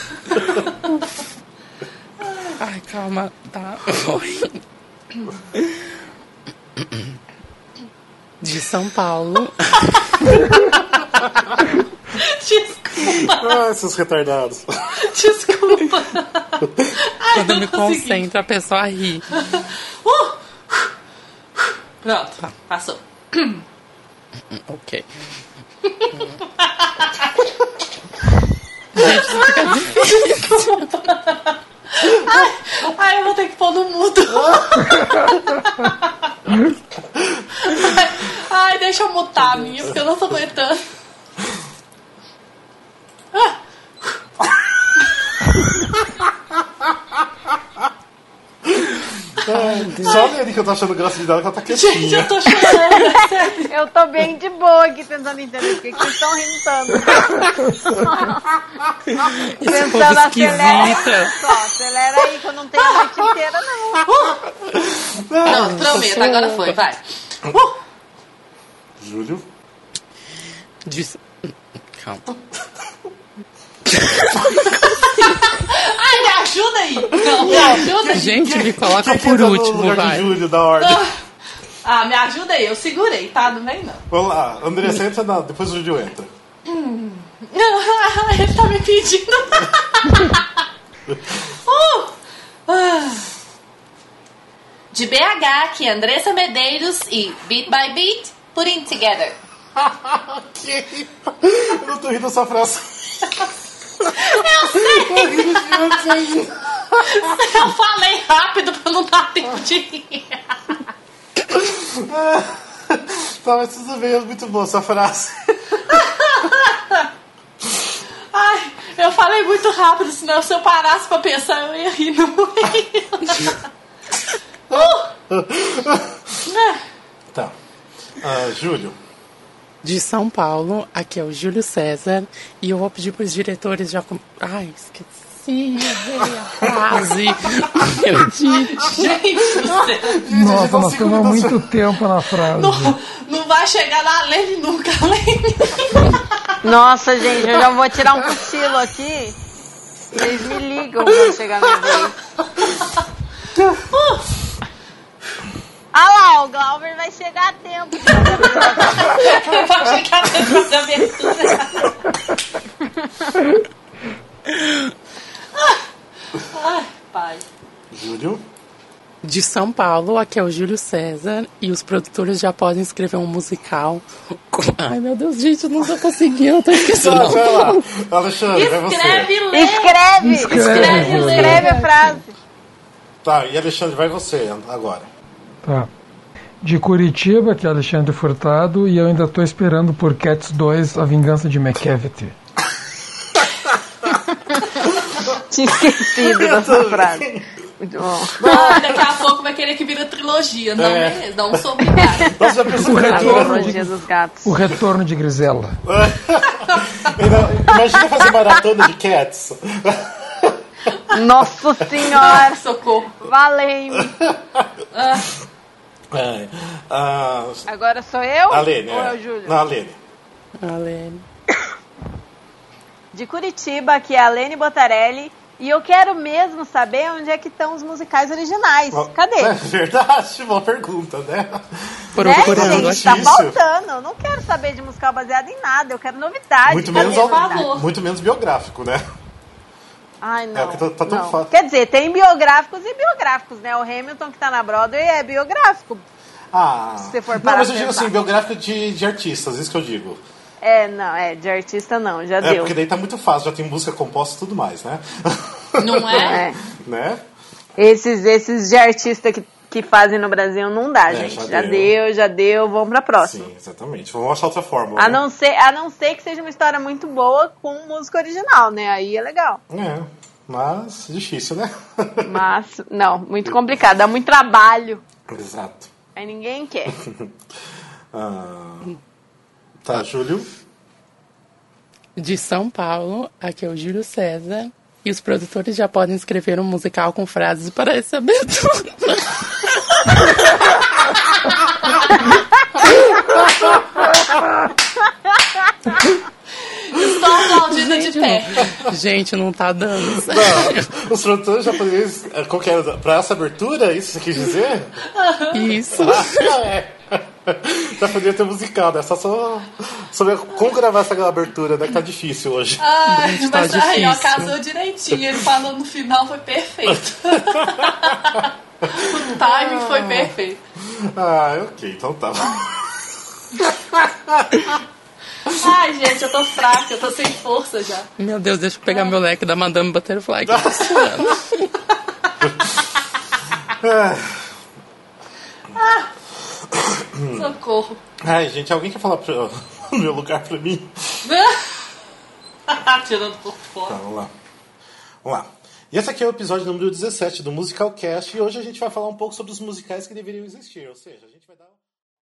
Ai, calma. Tá. Foi. De São Paulo.
Ah, esses retardados.
Desculpa.
Quando eu me
consegui.
concentro, a pessoa ri.
Uh! Pronto, passou.
Ok. Gente, isso fica difícil.
Ai, eu vou ter que pôr no mudo. Ai, ai, deixa eu mutar a minha, porque eu não tô aguentando.
Só nele que eu tô achando graça de dar, que ela tá
Gente, eu
quietinha.
tô chorando.
Eu tô bem de boa aqui tentando entender o que que vocês estão rindo tanto.
Esse povo
Tentando acelerar.
esquisita.
Só, acelera aí que eu não tenho a noite inteira, não.
Pronto, prometo, agora foi, vai. Uh!
Júlio?
De... Calma.
Ai, me ajuda aí. Não, me ajuda aí.
Gente, me
Tá
coloca
Quem que
por
entra no
último,
lugar
vai.
de Júlio, da ordem.
Ah, me ajuda aí. Eu segurei, tá? Não vem, não.
Vamos lá, André, você entra, na- depois o Júlio entra.
Ele tá me pedindo. Uh! Ah. De BH aqui, Andressa Medeiros e Beat by Beat, Putting Together.
Eu não tô rindo dessa frase.
Eu falei rápido pra não dar tempo de rir.
Tá, mas tudo bem, é muito boa essa frase.
Ai, eu falei muito rápido, senão se eu parasse pra pensar, eu ia rir no meio. Uh! É.
Tá. Ah, Júlio,
De São Paulo, aqui é o Júlio César. E eu vou pedir pros diretores já. Com... Ai, esqueci. errei a Frase. Meu Deus.
Gente do céu.
gente, dá
Nossa, nós
cinco
estamos há
minutos.
um
muito tempo na frase.
Não, não vai chegar na Lene nunca, Lene.
Nossa, gente, eu já vou tirar um cochilo aqui. Vocês me ligam quando chegar a minha vez. Ah lá, o Glauber vai chegar a tempo.
Vai chegar dentro da abertura. Ai, pai.
Júlio,
De São Paulo, aqui é o Júlio César. E os produtores já podem escrever um musical. com- Ai, meu Deus, gente, eu não tô conseguindo. Eu tô esquecendo.
Então,
Tá, vai lá. Alexandre, é você.
Escreve, lê.
Escreve,
Escreve! Escreve, escreve a frase.
Tá, e Alexandre, vai você agora.
Tá. De Curitiba, que é Alexandre Furtado, e eu ainda tô esperando por Cats 2, A Vingança de McCavity.
Tinha esquecido dessa frase. Muito bom.
Ah, daqui a pouco vai querer que vira trilogia. Não,
É.
beleza, não sou obrigada.
Nossa, já pensou que
A
leitura?
trilogia dos gatos.
O Retorno de Grisela.
é- Imagina fazer maratona de Cats.
Nossa senhora!
Socorro!
Valeu!
É, ah,
Agora sou eu?
a Lene,
Ou é
é.
o Júlio?
Não, a Lene.
Alene.
De Curitiba, aqui é a Lene Botarelli. E eu quero mesmo saber onde é que estão os musicais originais. Cadê?
É verdade, boa pergunta, né?
né, gente? Tá
Difícil.
faltando. Eu não quero saber de musical baseado em nada. Eu quero novidade.
Muito
Cadê,
menos,
por favor?
muito menos biográfico, né?
Ai, não.
É, porque tá- tá tão
não.
fácil.
Quer dizer, tem biográficos e biográficos, né? O Hamilton que tá na Broadway é biográfico.
Ah,
Se você for
não,
parar
mas eu
pra
digo assim,
pensar.
biográfico de, de artistas, isso que eu digo.
É, não, é, de artista não, já
é,
deu.
porque daí tá muito fácil, já tem música composta e tudo mais, né?
Não é?
né?
Esses, esses de artista que, que fazem no Brasil não dá,
É,
gente. Já,
já
deu.
deu.
já deu, vamos pra próxima.
Sim, exatamente. Vamos achar outra fórmula.
A
né?
não, ser, a não ser que seja uma história muito boa com música original, né? Aí é legal.
É, mas difícil, né?
Mas, não, muito complicado, dá muito trabalho.
Exato.
Aí ninguém quer.
Ah, tá, Júlio.
De São Paulo, aqui é o Júlio César. E os produtores já podem escrever um musical com frases para essa abertura.
Estou aplaudindo um de pé.
Gente, não tá dando.
Não, os produtores japoneses. eh, Qual que era? Pra essa abertura, é isso você quis dizer?
Isso.
Ah, é. Já poderia ter musical, né? Só só sobre como gravar essa abertura, né? Que tá difícil hoje.
Ai,
Gente, tá
mas aí, ó,
difícil.
casou direitinho. Ele falou no final, foi perfeito. o timing foi perfeito.
Ah, ok, então tá.
Ai, gente, eu tô fraca, eu tô sem força já.
Meu Deus, deixa eu pegar meu leque da Madame Butterfly. Que eu tô suando.
É.
Ah, socorro.
Ai, gente, alguém quer falar pro meu lugar pra mim?
Tirando por
Tá,
fora.
vamos lá. Vamos lá. E esse aqui é o episódio número 17 do Musical Cast e hoje a gente vai falar um pouco sobre os musicais que deveriam existir, ou seja, a gente vai dar